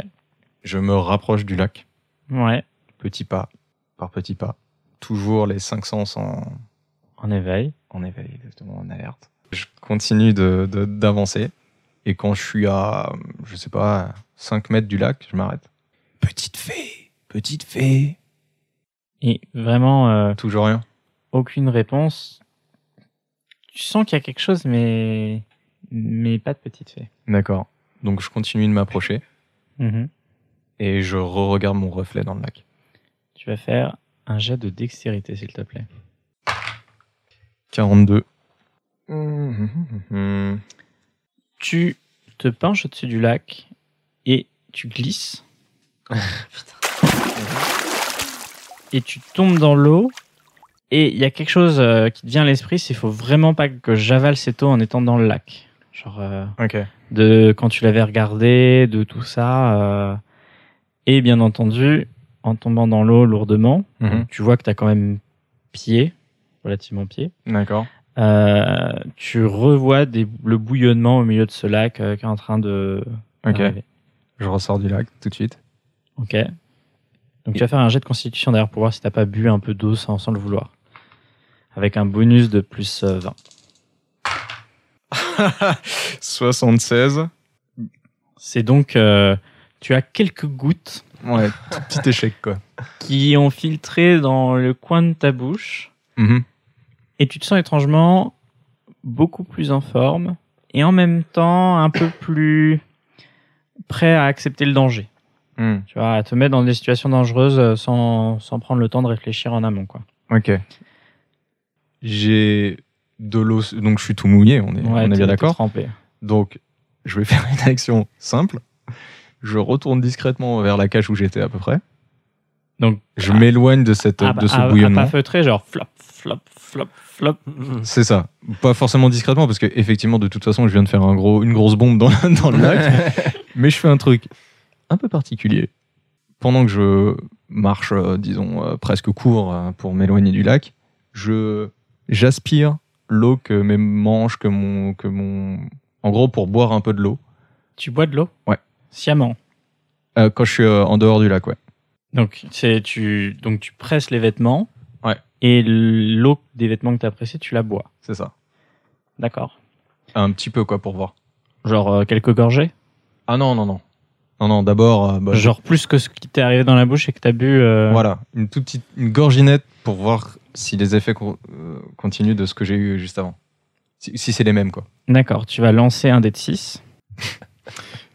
Speaker 3: je me rapproche du lac,
Speaker 2: ouais,
Speaker 3: petit pas par petit pas. Toujours les cinq sens en,
Speaker 2: en éveil.
Speaker 3: en éveil, exactement, en alerte. Je continue de- de- d'avancer. et quand je suis à, je sais pas, 5 mètres du lac, je m'arrête. Petite fée, petite fée.
Speaker 2: Et vraiment, euh,
Speaker 3: Toujours rien.
Speaker 2: aucune réponse. Tu sens qu'il y a quelque chose, mais... Mais pas de petite fée.
Speaker 3: D'accord. Donc je continue de m'approcher
Speaker 2: Mhm.
Speaker 3: et je re-regarde mon reflet dans le lac.
Speaker 2: Tu vas faire un jet de dextérité, s'il te plaît.
Speaker 3: 42. Hum, hum, hum, hum.
Speaker 2: Tu te penches au-dessus du lac et tu glisses. et tu tombes dans l'eau. Et il y a quelque chose euh, qui te vient à l'esprit, c'est qu'il faut vraiment pas que j'avale cette eau en étant dans le lac. Genre, euh,
Speaker 3: Ok.
Speaker 2: de quand tu l'avais regardé, de tout ça. euh, et bien entendu, en tombant dans l'eau lourdement,
Speaker 3: Mhm.
Speaker 2: tu vois que tu as quand même pied, relativement pied.
Speaker 3: D'accord.
Speaker 2: Euh, tu revois des- le bouillonnement au milieu de ce lac euh, qui est en train de.
Speaker 3: Ok.
Speaker 2: d'arriver.
Speaker 3: Ah Je ressors du lac tout de suite.
Speaker 2: Ok. Donc tu vas faire un jet de constitution d'ailleurs pour voir si t'as pas bu un peu d'eau sans, sans le vouloir. Avec un bonus de plus euh, 20.
Speaker 3: 76.
Speaker 2: C'est donc. euh, tu as quelques gouttes
Speaker 3: Ouais, petit échec quoi.
Speaker 2: qui ont filtré dans le coin de ta bouche
Speaker 3: Mhm.
Speaker 2: et tu te sens étrangement beaucoup plus en forme et en même temps un peu plus prêt à accepter le danger.
Speaker 3: Hmm.
Speaker 2: Tu vois, à te mettre dans des situations dangereuses euh, sans, sans prendre le temps de réfléchir en amont, quoi.
Speaker 3: Ok. J'ai de l'eau, donc je suis tout mouillé, on est, on est
Speaker 2: t'es-
Speaker 3: bien
Speaker 2: t'es
Speaker 3: d'accord.
Speaker 2: trempé.
Speaker 3: Donc je vais faire une action simple. Je retourne discrètement vers la cage où j'étais à peu près.
Speaker 2: Donc,
Speaker 3: Je m'éloigne de, cette,
Speaker 2: à-
Speaker 3: de ce
Speaker 2: Ah bah, à- à
Speaker 3: bouillonnement.
Speaker 2: pas feutré, genre flop, flop, flop, flop.
Speaker 3: C'est ça. Pas forcément discrètement, parce que effectivement, de toute façon, je viens de faire un gros, une grosse bombe dans, dans le lac. Mais je fais un truc un peu particulier. Pendant que je marche, euh, disons, euh, presque court euh, pour m'éloigner du lac, je j'aspire l'eau que mes manches, que mon, que mon... En gros, pour boire un peu de l'eau.
Speaker 2: Tu bois de l'eau
Speaker 3: Ouais.
Speaker 2: Sciemment.
Speaker 3: Euh, quand je suis euh, en dehors du lac, ouais.
Speaker 2: Donc, c'est, tu, donc tu presses les vêtements.
Speaker 3: Ouais.
Speaker 2: Et l'eau des vêtements que t'as pressés, tu la bois.
Speaker 3: C'est ça.
Speaker 2: D'accord.
Speaker 3: Un petit peu, quoi, pour voir.
Speaker 2: Genre euh, quelques gorgées
Speaker 3: Ah non, non, non. Non, non, d'abord... euh, bah,
Speaker 2: Genre plus que ce qui t'est arrivé dans la bouche et que t'as bu. euh,
Speaker 3: Voilà, une toute petite une gorginette pour voir si les effets con- euh, continuent de ce que j'ai eu juste avant. Si, si c'est les mêmes, quoi.
Speaker 2: D'accord, tu vas lancer un dé de 6.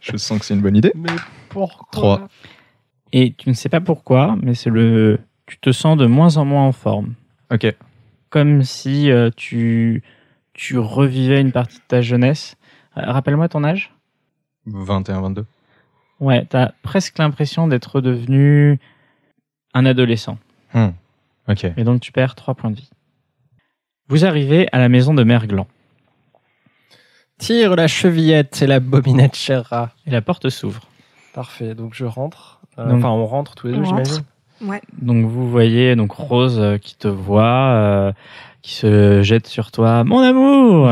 Speaker 3: Je sens que c'est une bonne idée.
Speaker 8: Mais pourquoi
Speaker 3: Trois.
Speaker 2: Et tu ne sais pas pourquoi, mais c'est le. Tu te sens de moins en moins en forme.
Speaker 3: Ok.
Speaker 2: Comme si euh, tu, tu revivais une partie de ta jeunesse. Euh, Rappelle-moi ton âge.
Speaker 3: 21, 22.
Speaker 2: Ouais, t'as presque l'impression d'être redevenu un adolescent.
Speaker 3: Ok.
Speaker 2: Et donc tu perds 3 points de vie. Vous arrivez à la maison de Merglan.
Speaker 5: Tire la chevillette, c'est la bobinette, cher rat.
Speaker 2: Et la porte s'ouvre.
Speaker 5: Parfait, donc je rentre. Euh,
Speaker 2: Donc-
Speaker 5: Enfin, on rentre tous les deux,
Speaker 6: On rentre.
Speaker 5: j'imagine.
Speaker 2: Donc vous voyez donc Rose euh, qui te voit, euh, qui se jette sur toi, mon amour,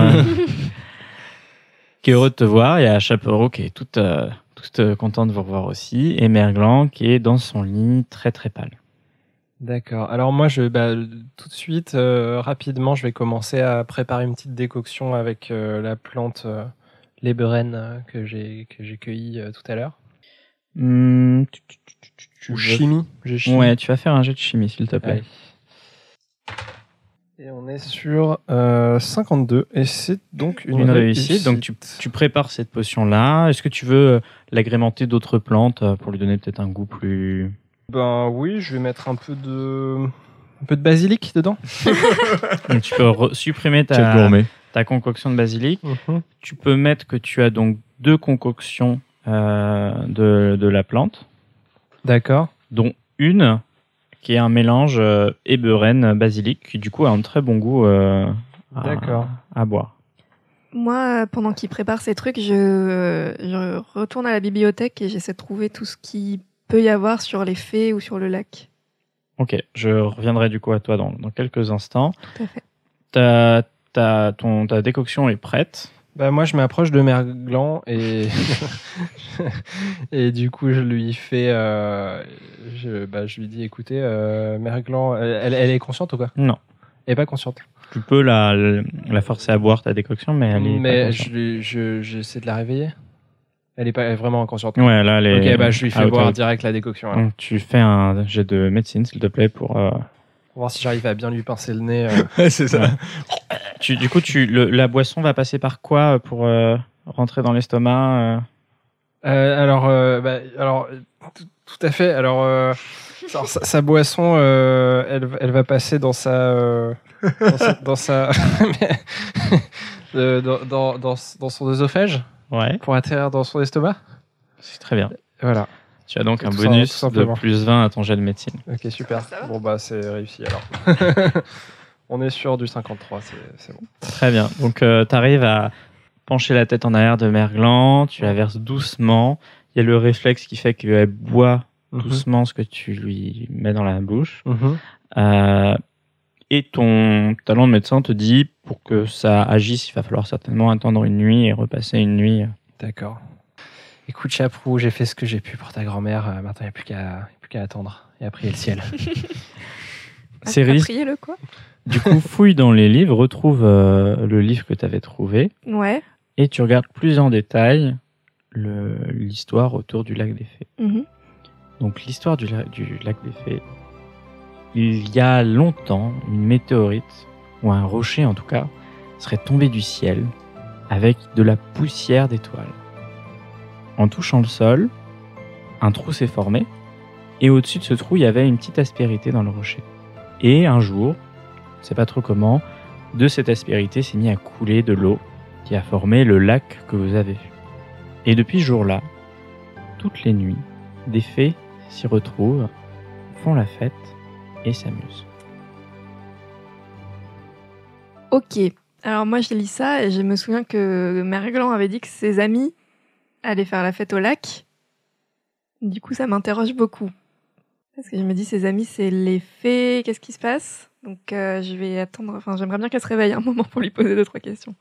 Speaker 2: qui est heureux de te voir. Il y a Chaperon qui est toute euh, toute euh, contente de vous revoir aussi, et Merglan qui est dans son lit très très pâle.
Speaker 5: D'accord. Alors moi, je, bah, tout de suite, euh, rapidement, je vais commencer à préparer une petite décoction avec euh, la plante euh, lébérène euh, que j'ai que j'ai cueillie euh, tout à l'heure.
Speaker 2: Hmm, tu- tu- tu- tu- tu- tu
Speaker 5: Ou
Speaker 2: veux-
Speaker 5: chimie. J'ai chimie.
Speaker 2: Ouais, tu vas faire un jet de chimie s'il te plaît.
Speaker 5: Allez. Et on est sur euh, 52 et c'est donc une,
Speaker 2: Une réussite, donc Tu prépares cette potion là. Est-ce que tu veux euh, l'agrémenter d'autres plantes euh, pour lui donner peut-être un goût plus
Speaker 5: Ben oui, je vais mettre un peu de un peu de basilic dedans.
Speaker 2: Donc, Tu peux re- supprimer
Speaker 3: Quel
Speaker 2: ta,
Speaker 3: gourmet.
Speaker 2: ta concoction de basilic. tu peux mettre que tu as donc deux concoctions euh, de, de la plante,
Speaker 5: D'accord.
Speaker 2: dont une qui est un mélange euh, hébérène basilic, qui du coup a un très bon goût euh, à-
Speaker 5: D'accord.
Speaker 2: à, boire.
Speaker 6: Moi, euh, pendant qu'il prépare ces trucs, je, euh, je retourne à la bibliothèque et j'essaie de trouver tout ce qui peut y avoir sur les fées ou sur le lac.
Speaker 2: Ok, je reviendrai du coup à toi dans, dans quelques instants.
Speaker 6: Tout à fait.
Speaker 2: Ta, ta, ton, ta décoction est prête.
Speaker 5: Bah moi je m'approche de Merglan et et du coup je lui fais euh, je bah, je lui dis écoutez euh, Merglan euh, elle, elle est consciente ou quoi
Speaker 2: Non.
Speaker 5: Elle est pas consciente.
Speaker 2: Tu peux la, la forcer à boire ta décoction, mais elle est. pas
Speaker 5: Mais
Speaker 2: consciente.
Speaker 5: je lui- je j'essaie de la réveiller. Elle est pas elle est vraiment inconsciente.
Speaker 2: Ouais, Ah, là, elle est.
Speaker 5: Ok bah je lui fais
Speaker 2: out,
Speaker 5: boire
Speaker 2: out.
Speaker 5: direct la décoction. alors.
Speaker 2: Donc tu fais un jet de médecine, s'il te plaît, pour. euh,
Speaker 5: Pour voir si j'arrive à bien lui pincer le nez. euh.
Speaker 3: c'est
Speaker 2: ça. Tu- du coup, tu, le- la boisson va passer par quoi euh, pour euh, rentrer dans l'estomac euh
Speaker 5: Euh, alors, euh, bah, alors euh, tout, tout à fait. Alors, euh, alors, sa, sa boisson, euh, elle, va- elle va passer dans sa, euh, dans sa, dans, sa- euh, dans- dans- dans- dans son œsophage
Speaker 2: Ouais,
Speaker 5: pour atterrir dans son estomac.
Speaker 2: c'est très bien.
Speaker 5: Voilà.
Speaker 2: Tu as donc un
Speaker 9: Tout ça, tout
Speaker 2: bonus de
Speaker 9: simplement.
Speaker 2: plus 20 à ton jet de médecine.
Speaker 9: Ok, super.
Speaker 6: Ça va
Speaker 9: Bon, bah, c'est réussi alors. On est sûr du 53, c'est c'est bon.
Speaker 2: Très bien. Donc, tu arrives à pencher la tête en arrière de Merglan, tu la verses doucement. Il y a le réflexe qui fait qu'elle boit
Speaker 9: Mhm.
Speaker 2: doucement ce que tu lui mets dans la bouche. Euh, et ton talent de médecin te dit, pour que ça agisse, il va falloir certainement attendre une nuit et repasser une nuit. euh,
Speaker 5: D'accord. Écoute, Chaprou, j'ai fait ce que j'ai pu pour ta grand-mère. Euh, maintenant, il n'y a plus qu'à il y a plus qu'à attendre et à prier le ciel.
Speaker 2: C'est risque.
Speaker 6: Priez-le, quoi.
Speaker 2: Du coup, fouille dans les livres, retrouve euh, le livre que tu avais trouvé
Speaker 6: Ouais.
Speaker 2: et tu regardes plus en détail le- l'histoire autour du lac des fées.
Speaker 6: Mhm.
Speaker 2: Donc l'histoire du, la- du lac des fées, il y a longtemps, une météorite, ou un rocher en tout cas, serait tombé du ciel avec de la poussière d'étoiles. En touchant le sol, un trou s'est formé, et au-dessus de ce trou, il y avait une petite aspérité dans le rocher. Et un jour, on ne sait pas trop comment, de cette aspérité s'est mis à couler de l'eau qui a formé le lac que vous avez vu. Et depuis ce jour-là, toutes les nuits, des fées s'y retrouvent, font la fête et s'amusent.
Speaker 6: Ok. Alors moi, je lis ça et je me souviens que Merglan avait dit que ses amis allaient faire la fête au lac. Du coup, ça m'interroge beaucoup. Parce que je me dis, ses amis, c'est les fées, qu'est-ce qui se passe Donc euh, je vais attendre, enfin j'aimerais bien qu'elle se réveille un moment pour lui poser deux, trois questions.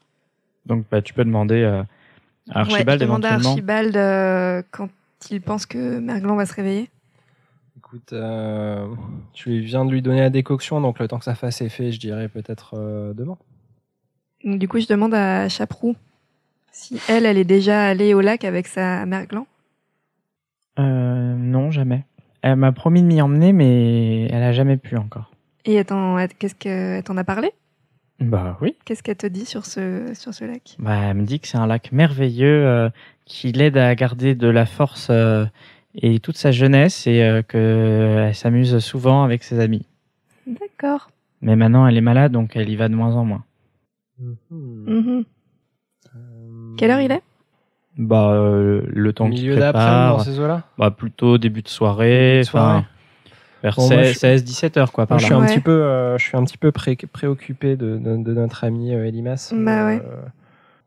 Speaker 2: Donc bah, tu peux demander euh, à Archibald
Speaker 6: ouais, je demande à
Speaker 2: éventuellement.
Speaker 6: Archibald euh, quand il pense que Merglan va se réveiller.
Speaker 5: Écoute, euh, je viens de lui donner la décoction, donc le temps que ça fasse effet, je dirais peut-être euh, demain.
Speaker 6: Donc, du coup, je demande à Chaprou si elle, elle est déjà allée au lac avec sa Merglan.
Speaker 2: Euh, non, jamais. Elle m'a promis de m'y emmener, mais elle a jamais pu encore.
Speaker 6: Et elle t'en- elle- qu'est-ce que- elle t'en a parlé
Speaker 2: Bah oui.
Speaker 6: Qu'est-ce qu'elle te dit sur ce, sur ce lac
Speaker 2: Bah, elle me dit que c'est un lac merveilleux euh, qui l'aide à garder de la force euh, et toute sa jeunesse et euh, que elle s'amuse souvent avec ses amis.
Speaker 6: D'accord.
Speaker 2: Mais maintenant, elle est malade, donc elle y va de moins en moins.
Speaker 5: Mm-hmm.
Speaker 6: Mhm. Mm. Quelle heure il est
Speaker 2: Bah, euh, le temps qu'il
Speaker 5: Milieu d'après-midi
Speaker 2: prépare,
Speaker 5: dans ces eaux-là
Speaker 2: bah, plutôt début de soirée,
Speaker 5: Début de soirée.
Speaker 2: enfin vers
Speaker 5: Bon, moi, je suis-
Speaker 2: 16-17 heures quoi par
Speaker 5: je,
Speaker 2: là.
Speaker 5: suis un
Speaker 6: Ouais.
Speaker 5: petit peu, euh, je suis un petit peu pré- préoccupé de, de- de notre ami euh, Elimas.
Speaker 6: Bah
Speaker 5: Euh,
Speaker 6: ouais.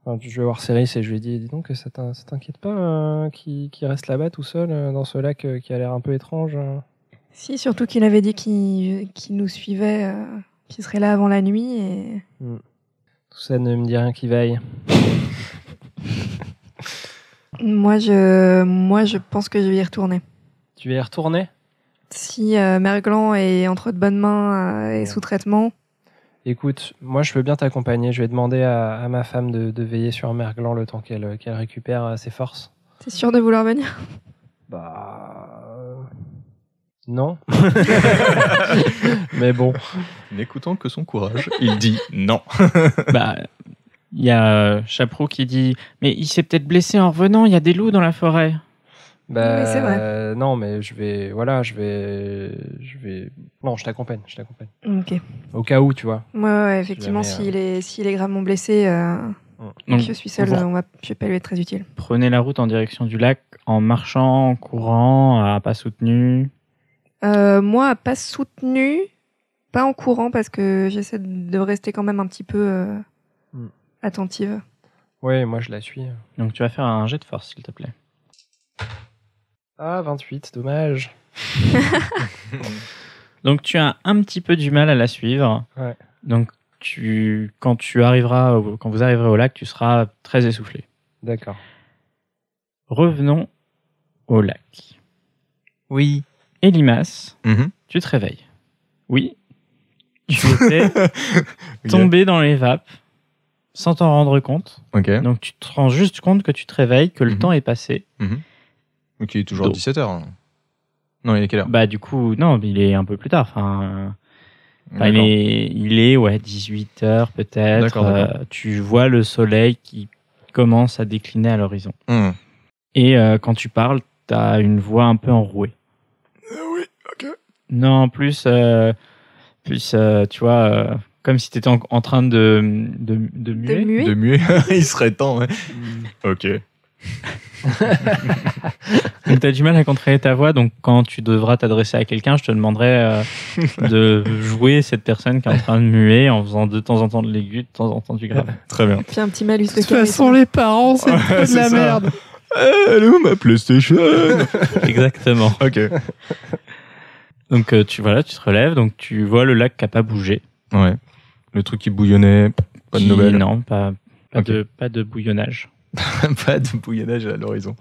Speaker 5: enfin, je vais voir Céris et je lui ai dit, dis donc, ça t'in- ça t'inquiète pas euh, qu'il qu'il reste là-bas tout seul euh, dans ce lac euh, qui a l'air un peu étrange euh
Speaker 6: Si, surtout qu'il avait dit qu'il qu'il nous suivait, euh, qu'il serait là avant la nuit. Et...
Speaker 5: Tout ça ne me dit rien qui veille.
Speaker 6: Moi, je, moi, je pense que je vais y retourner.
Speaker 5: Tu vas y retourner
Speaker 6: Si euh, Merglan est entre de bonnes mains euh, et sous traitement,
Speaker 5: Écoute, moi je veux bien t'accompagner. Je vais demander à, à ma femme de, de veiller sur Merglan le temps qu'elle qu'elle récupère euh, ses forces.
Speaker 6: t'es sûr de vouloir venir
Speaker 5: Bah. euh, Non. Mais bon.
Speaker 3: N'écoutant que son courage, il dit non.
Speaker 2: Bah, il y a euh, Chaperon qui dit mais il s'est peut-être blessé en revenant, il y a des loups dans la forêt.
Speaker 5: Bah,
Speaker 6: Oui, c'est vrai.
Speaker 5: euh, non, mais je vais, voilà, je vais, je vais, non, je t'accompagne, je t'accompagne.
Speaker 6: Ok. Ouais,
Speaker 5: Au cas où, tu vois.
Speaker 6: ouais, effectivement,
Speaker 5: jamais, euh,
Speaker 6: s'il est, s'il est gravement blessé, euh,
Speaker 2: Donc
Speaker 6: je suis seule,
Speaker 2: bon.
Speaker 6: euh, on va, je vais pas lui être très utile.
Speaker 2: prenez la route en direction du lac en marchant, en courant, à pas soutenu.
Speaker 6: Euh, moi, pas soutenu, pas en courant parce que j'essaie de rester quand même un petit peu euh,
Speaker 5: Hmm.
Speaker 6: attentive.
Speaker 5: Ouais, moi je la suis.
Speaker 2: Donc tu vas faire un jet de force s'il te plaît.
Speaker 5: Ah, 28, dommage.
Speaker 2: Donc tu as un petit peu du mal à la suivre.
Speaker 5: Ouais.
Speaker 2: Donc tu quand tu arriveras au- quand vous arriverez au lac, tu seras très essoufflé.
Speaker 5: D'accord.
Speaker 2: Revenons au lac.
Speaker 3: Oui.
Speaker 2: Et Limas,
Speaker 3: Mhm.
Speaker 2: tu te réveilles. Oui. Tu étais tombé dans les vapes sans t'en rendre compte.
Speaker 3: Ok.
Speaker 2: Donc tu te rends juste compte que tu te réveilles, que le
Speaker 3: Mhm.
Speaker 2: temps est passé.
Speaker 3: Donc il est toujours
Speaker 2: Donc.
Speaker 3: 17h. Non, il est quelle heure
Speaker 2: Bah du coup, non, il est un peu plus tard. Enfin, enfin, il,
Speaker 3: D'accord.
Speaker 2: est, il est ouais 18h peut-être.
Speaker 3: D'accord, d'accord.
Speaker 2: Euh, tu vois le soleil qui commence à décliner à l'horizon.
Speaker 3: Hmm.
Speaker 2: Et euh, quand tu parles, t'as une voix un peu enrouée.
Speaker 3: Euh, oui, ok.
Speaker 2: Non, en plus, euh, plus euh, tu vois, euh, comme si t'étais en, en train de, de, de
Speaker 6: De
Speaker 2: muer.
Speaker 6: muer
Speaker 3: De muet, il serait temps, ouais. Ok.
Speaker 2: Donc, t'as du mal à contrôler ta voix, donc quand tu devras t'adresser à quelqu'un, je te demanderai euh, de jouer cette personne qui est en train de muer en faisant de temps en temps de l'aigu, de temps en temps du grave.
Speaker 3: Très bien.
Speaker 6: Puis un petit malus de
Speaker 7: De toute
Speaker 6: charisme.
Speaker 7: façon, les parents, c'est trop de
Speaker 3: c'est
Speaker 7: la
Speaker 3: ça.
Speaker 7: merde.
Speaker 3: Eh, elle est où ma PlayStation
Speaker 2: Exactement.
Speaker 3: Ok.
Speaker 2: Donc euh, tu voilà, tu te relèves, donc tu vois le lac qui a pas bougé.
Speaker 3: Ouais. Le truc qui bouillonnait, pas de
Speaker 2: Qui-
Speaker 3: nouvelles.
Speaker 2: Non, pas, pas
Speaker 3: Ok.
Speaker 2: de pas de bouillonnage.
Speaker 3: pas de bouillonnage à l'horizon.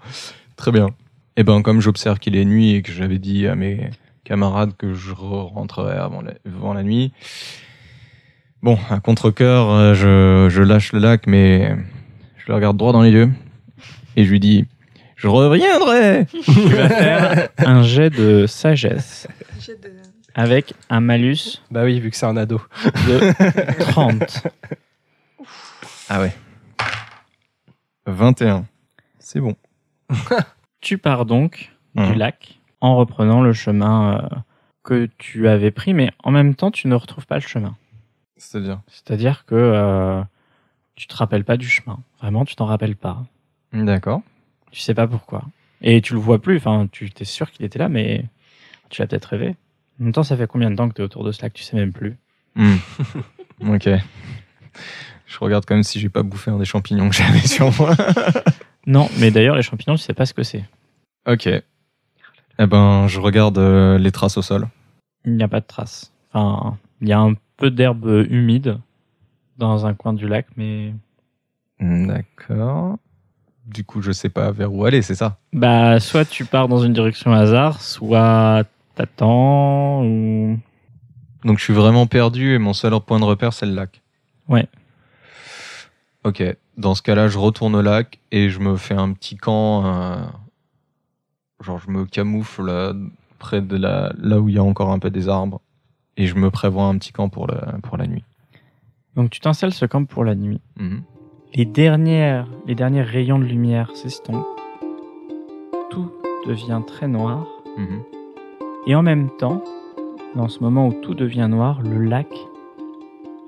Speaker 3: Très bien. Et ben comme j'observe qu'il est nuit et que j'avais dit à mes camarades que je re- rentrerai avant la, avant la nuit. Bon, à contre-cœur, euh, je, je lâche le lac, mais je le regarde droit dans les yeux et je lui dis Je reviendrai
Speaker 2: Tu vas faire un jet de sagesse avec un malus
Speaker 5: Bah oui, vu que c'est un ado.
Speaker 2: de 30.
Speaker 3: Ah ouais. 21. C'est bon.
Speaker 2: Tu pars donc
Speaker 3: Mhm.
Speaker 2: du lac en reprenant le chemin euh, que tu avais pris, mais en même temps tu ne retrouves pas le chemin.
Speaker 3: C'est-à-dire
Speaker 2: C'est-à-dire que euh, tu te rappelles pas du chemin. Vraiment, tu t'en rappelles pas.
Speaker 3: D'accord.
Speaker 2: Tu sais pas pourquoi. Et tu le vois plus. Enfin, tu t'es sûr qu'il était là, mais tu l'as peut-être rêvé. En même temps, ça fait combien de temps que tu es autour de ce lac Tu sais même plus.
Speaker 3: Hmm. ok. Je regarde quand même si j'ai pas bouffé un des champignons que j'avais sur moi.
Speaker 2: Non, mais d'ailleurs, les champignons, tu sais pas ce que c'est.
Speaker 3: Ok. Eh ben, je regarde euh, les traces au sol.
Speaker 2: Il n'y a pas de traces. Enfin, il y a un peu d'herbe humide dans un coin du lac, mais.
Speaker 3: Mm, D'accord. Du coup, je sais pas vers où aller, c'est ça
Speaker 2: Bah, soit tu pars dans une direction hasard, soit t'attends, ou.
Speaker 3: Donc, je suis vraiment perdu et mon seul point de repère, c'est le lac.
Speaker 2: Ouais.
Speaker 3: Ok. Dans ce cas-là, je retourne au lac et je me fais un petit camp. euh, Genre, je me camoufle euh, près de la... là où il y a encore un peu des arbres. Et je me prévois un petit camp pour, le... pour la nuit.
Speaker 2: Donc tu t'installes ce camp pour la nuit.
Speaker 3: Mhm.
Speaker 2: Les dernières, les derniers rayons de lumière s'estompent. Tout devient très noir.
Speaker 3: Mhm.
Speaker 2: Et en même temps, dans ce moment où tout devient noir, le lac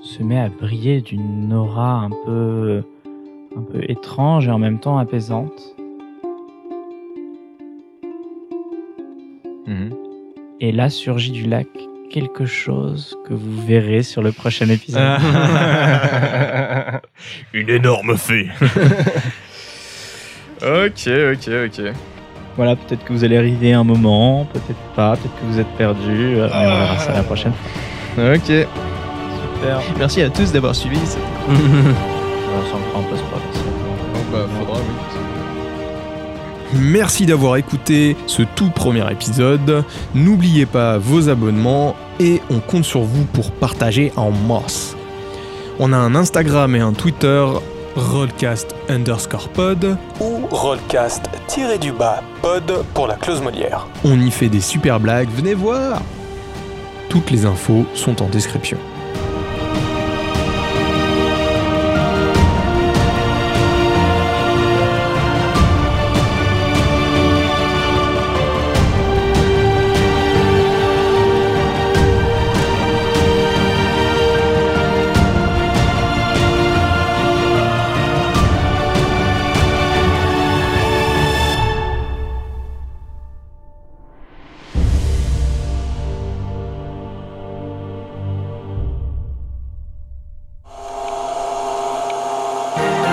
Speaker 2: se met à briller d'une aura un peu, un peu étrange et en même temps apaisante.
Speaker 3: Mhm.
Speaker 2: Et là surgit du lac quelque chose que vous verrez sur le prochain épisode.
Speaker 3: Euh. Une énorme fée. ok, ok, ok.
Speaker 2: Voilà, peut-être que vous allez arriver à un moment, peut-être pas, peut-être que vous êtes perdu. euh, mais on verra ça la prochaine fois.
Speaker 3: Ok.
Speaker 2: Super.
Speaker 3: Merci à tous d'avoir suivi.
Speaker 2: On s'en prend pas, c'est pas possible.
Speaker 10: Merci d'avoir écouté ce tout premier épisode. N'oubliez pas vos abonnements et on compte sur vous pour partager en masse. On a un Instagram et un Twitter, Rollcast underscore pod.
Speaker 1: Ou Rollcast tiré du bas pod pour la clause Molière.
Speaker 10: On y fait des super blagues, venez voir Toutes les infos sont en description.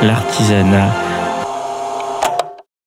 Speaker 2: L'artisanat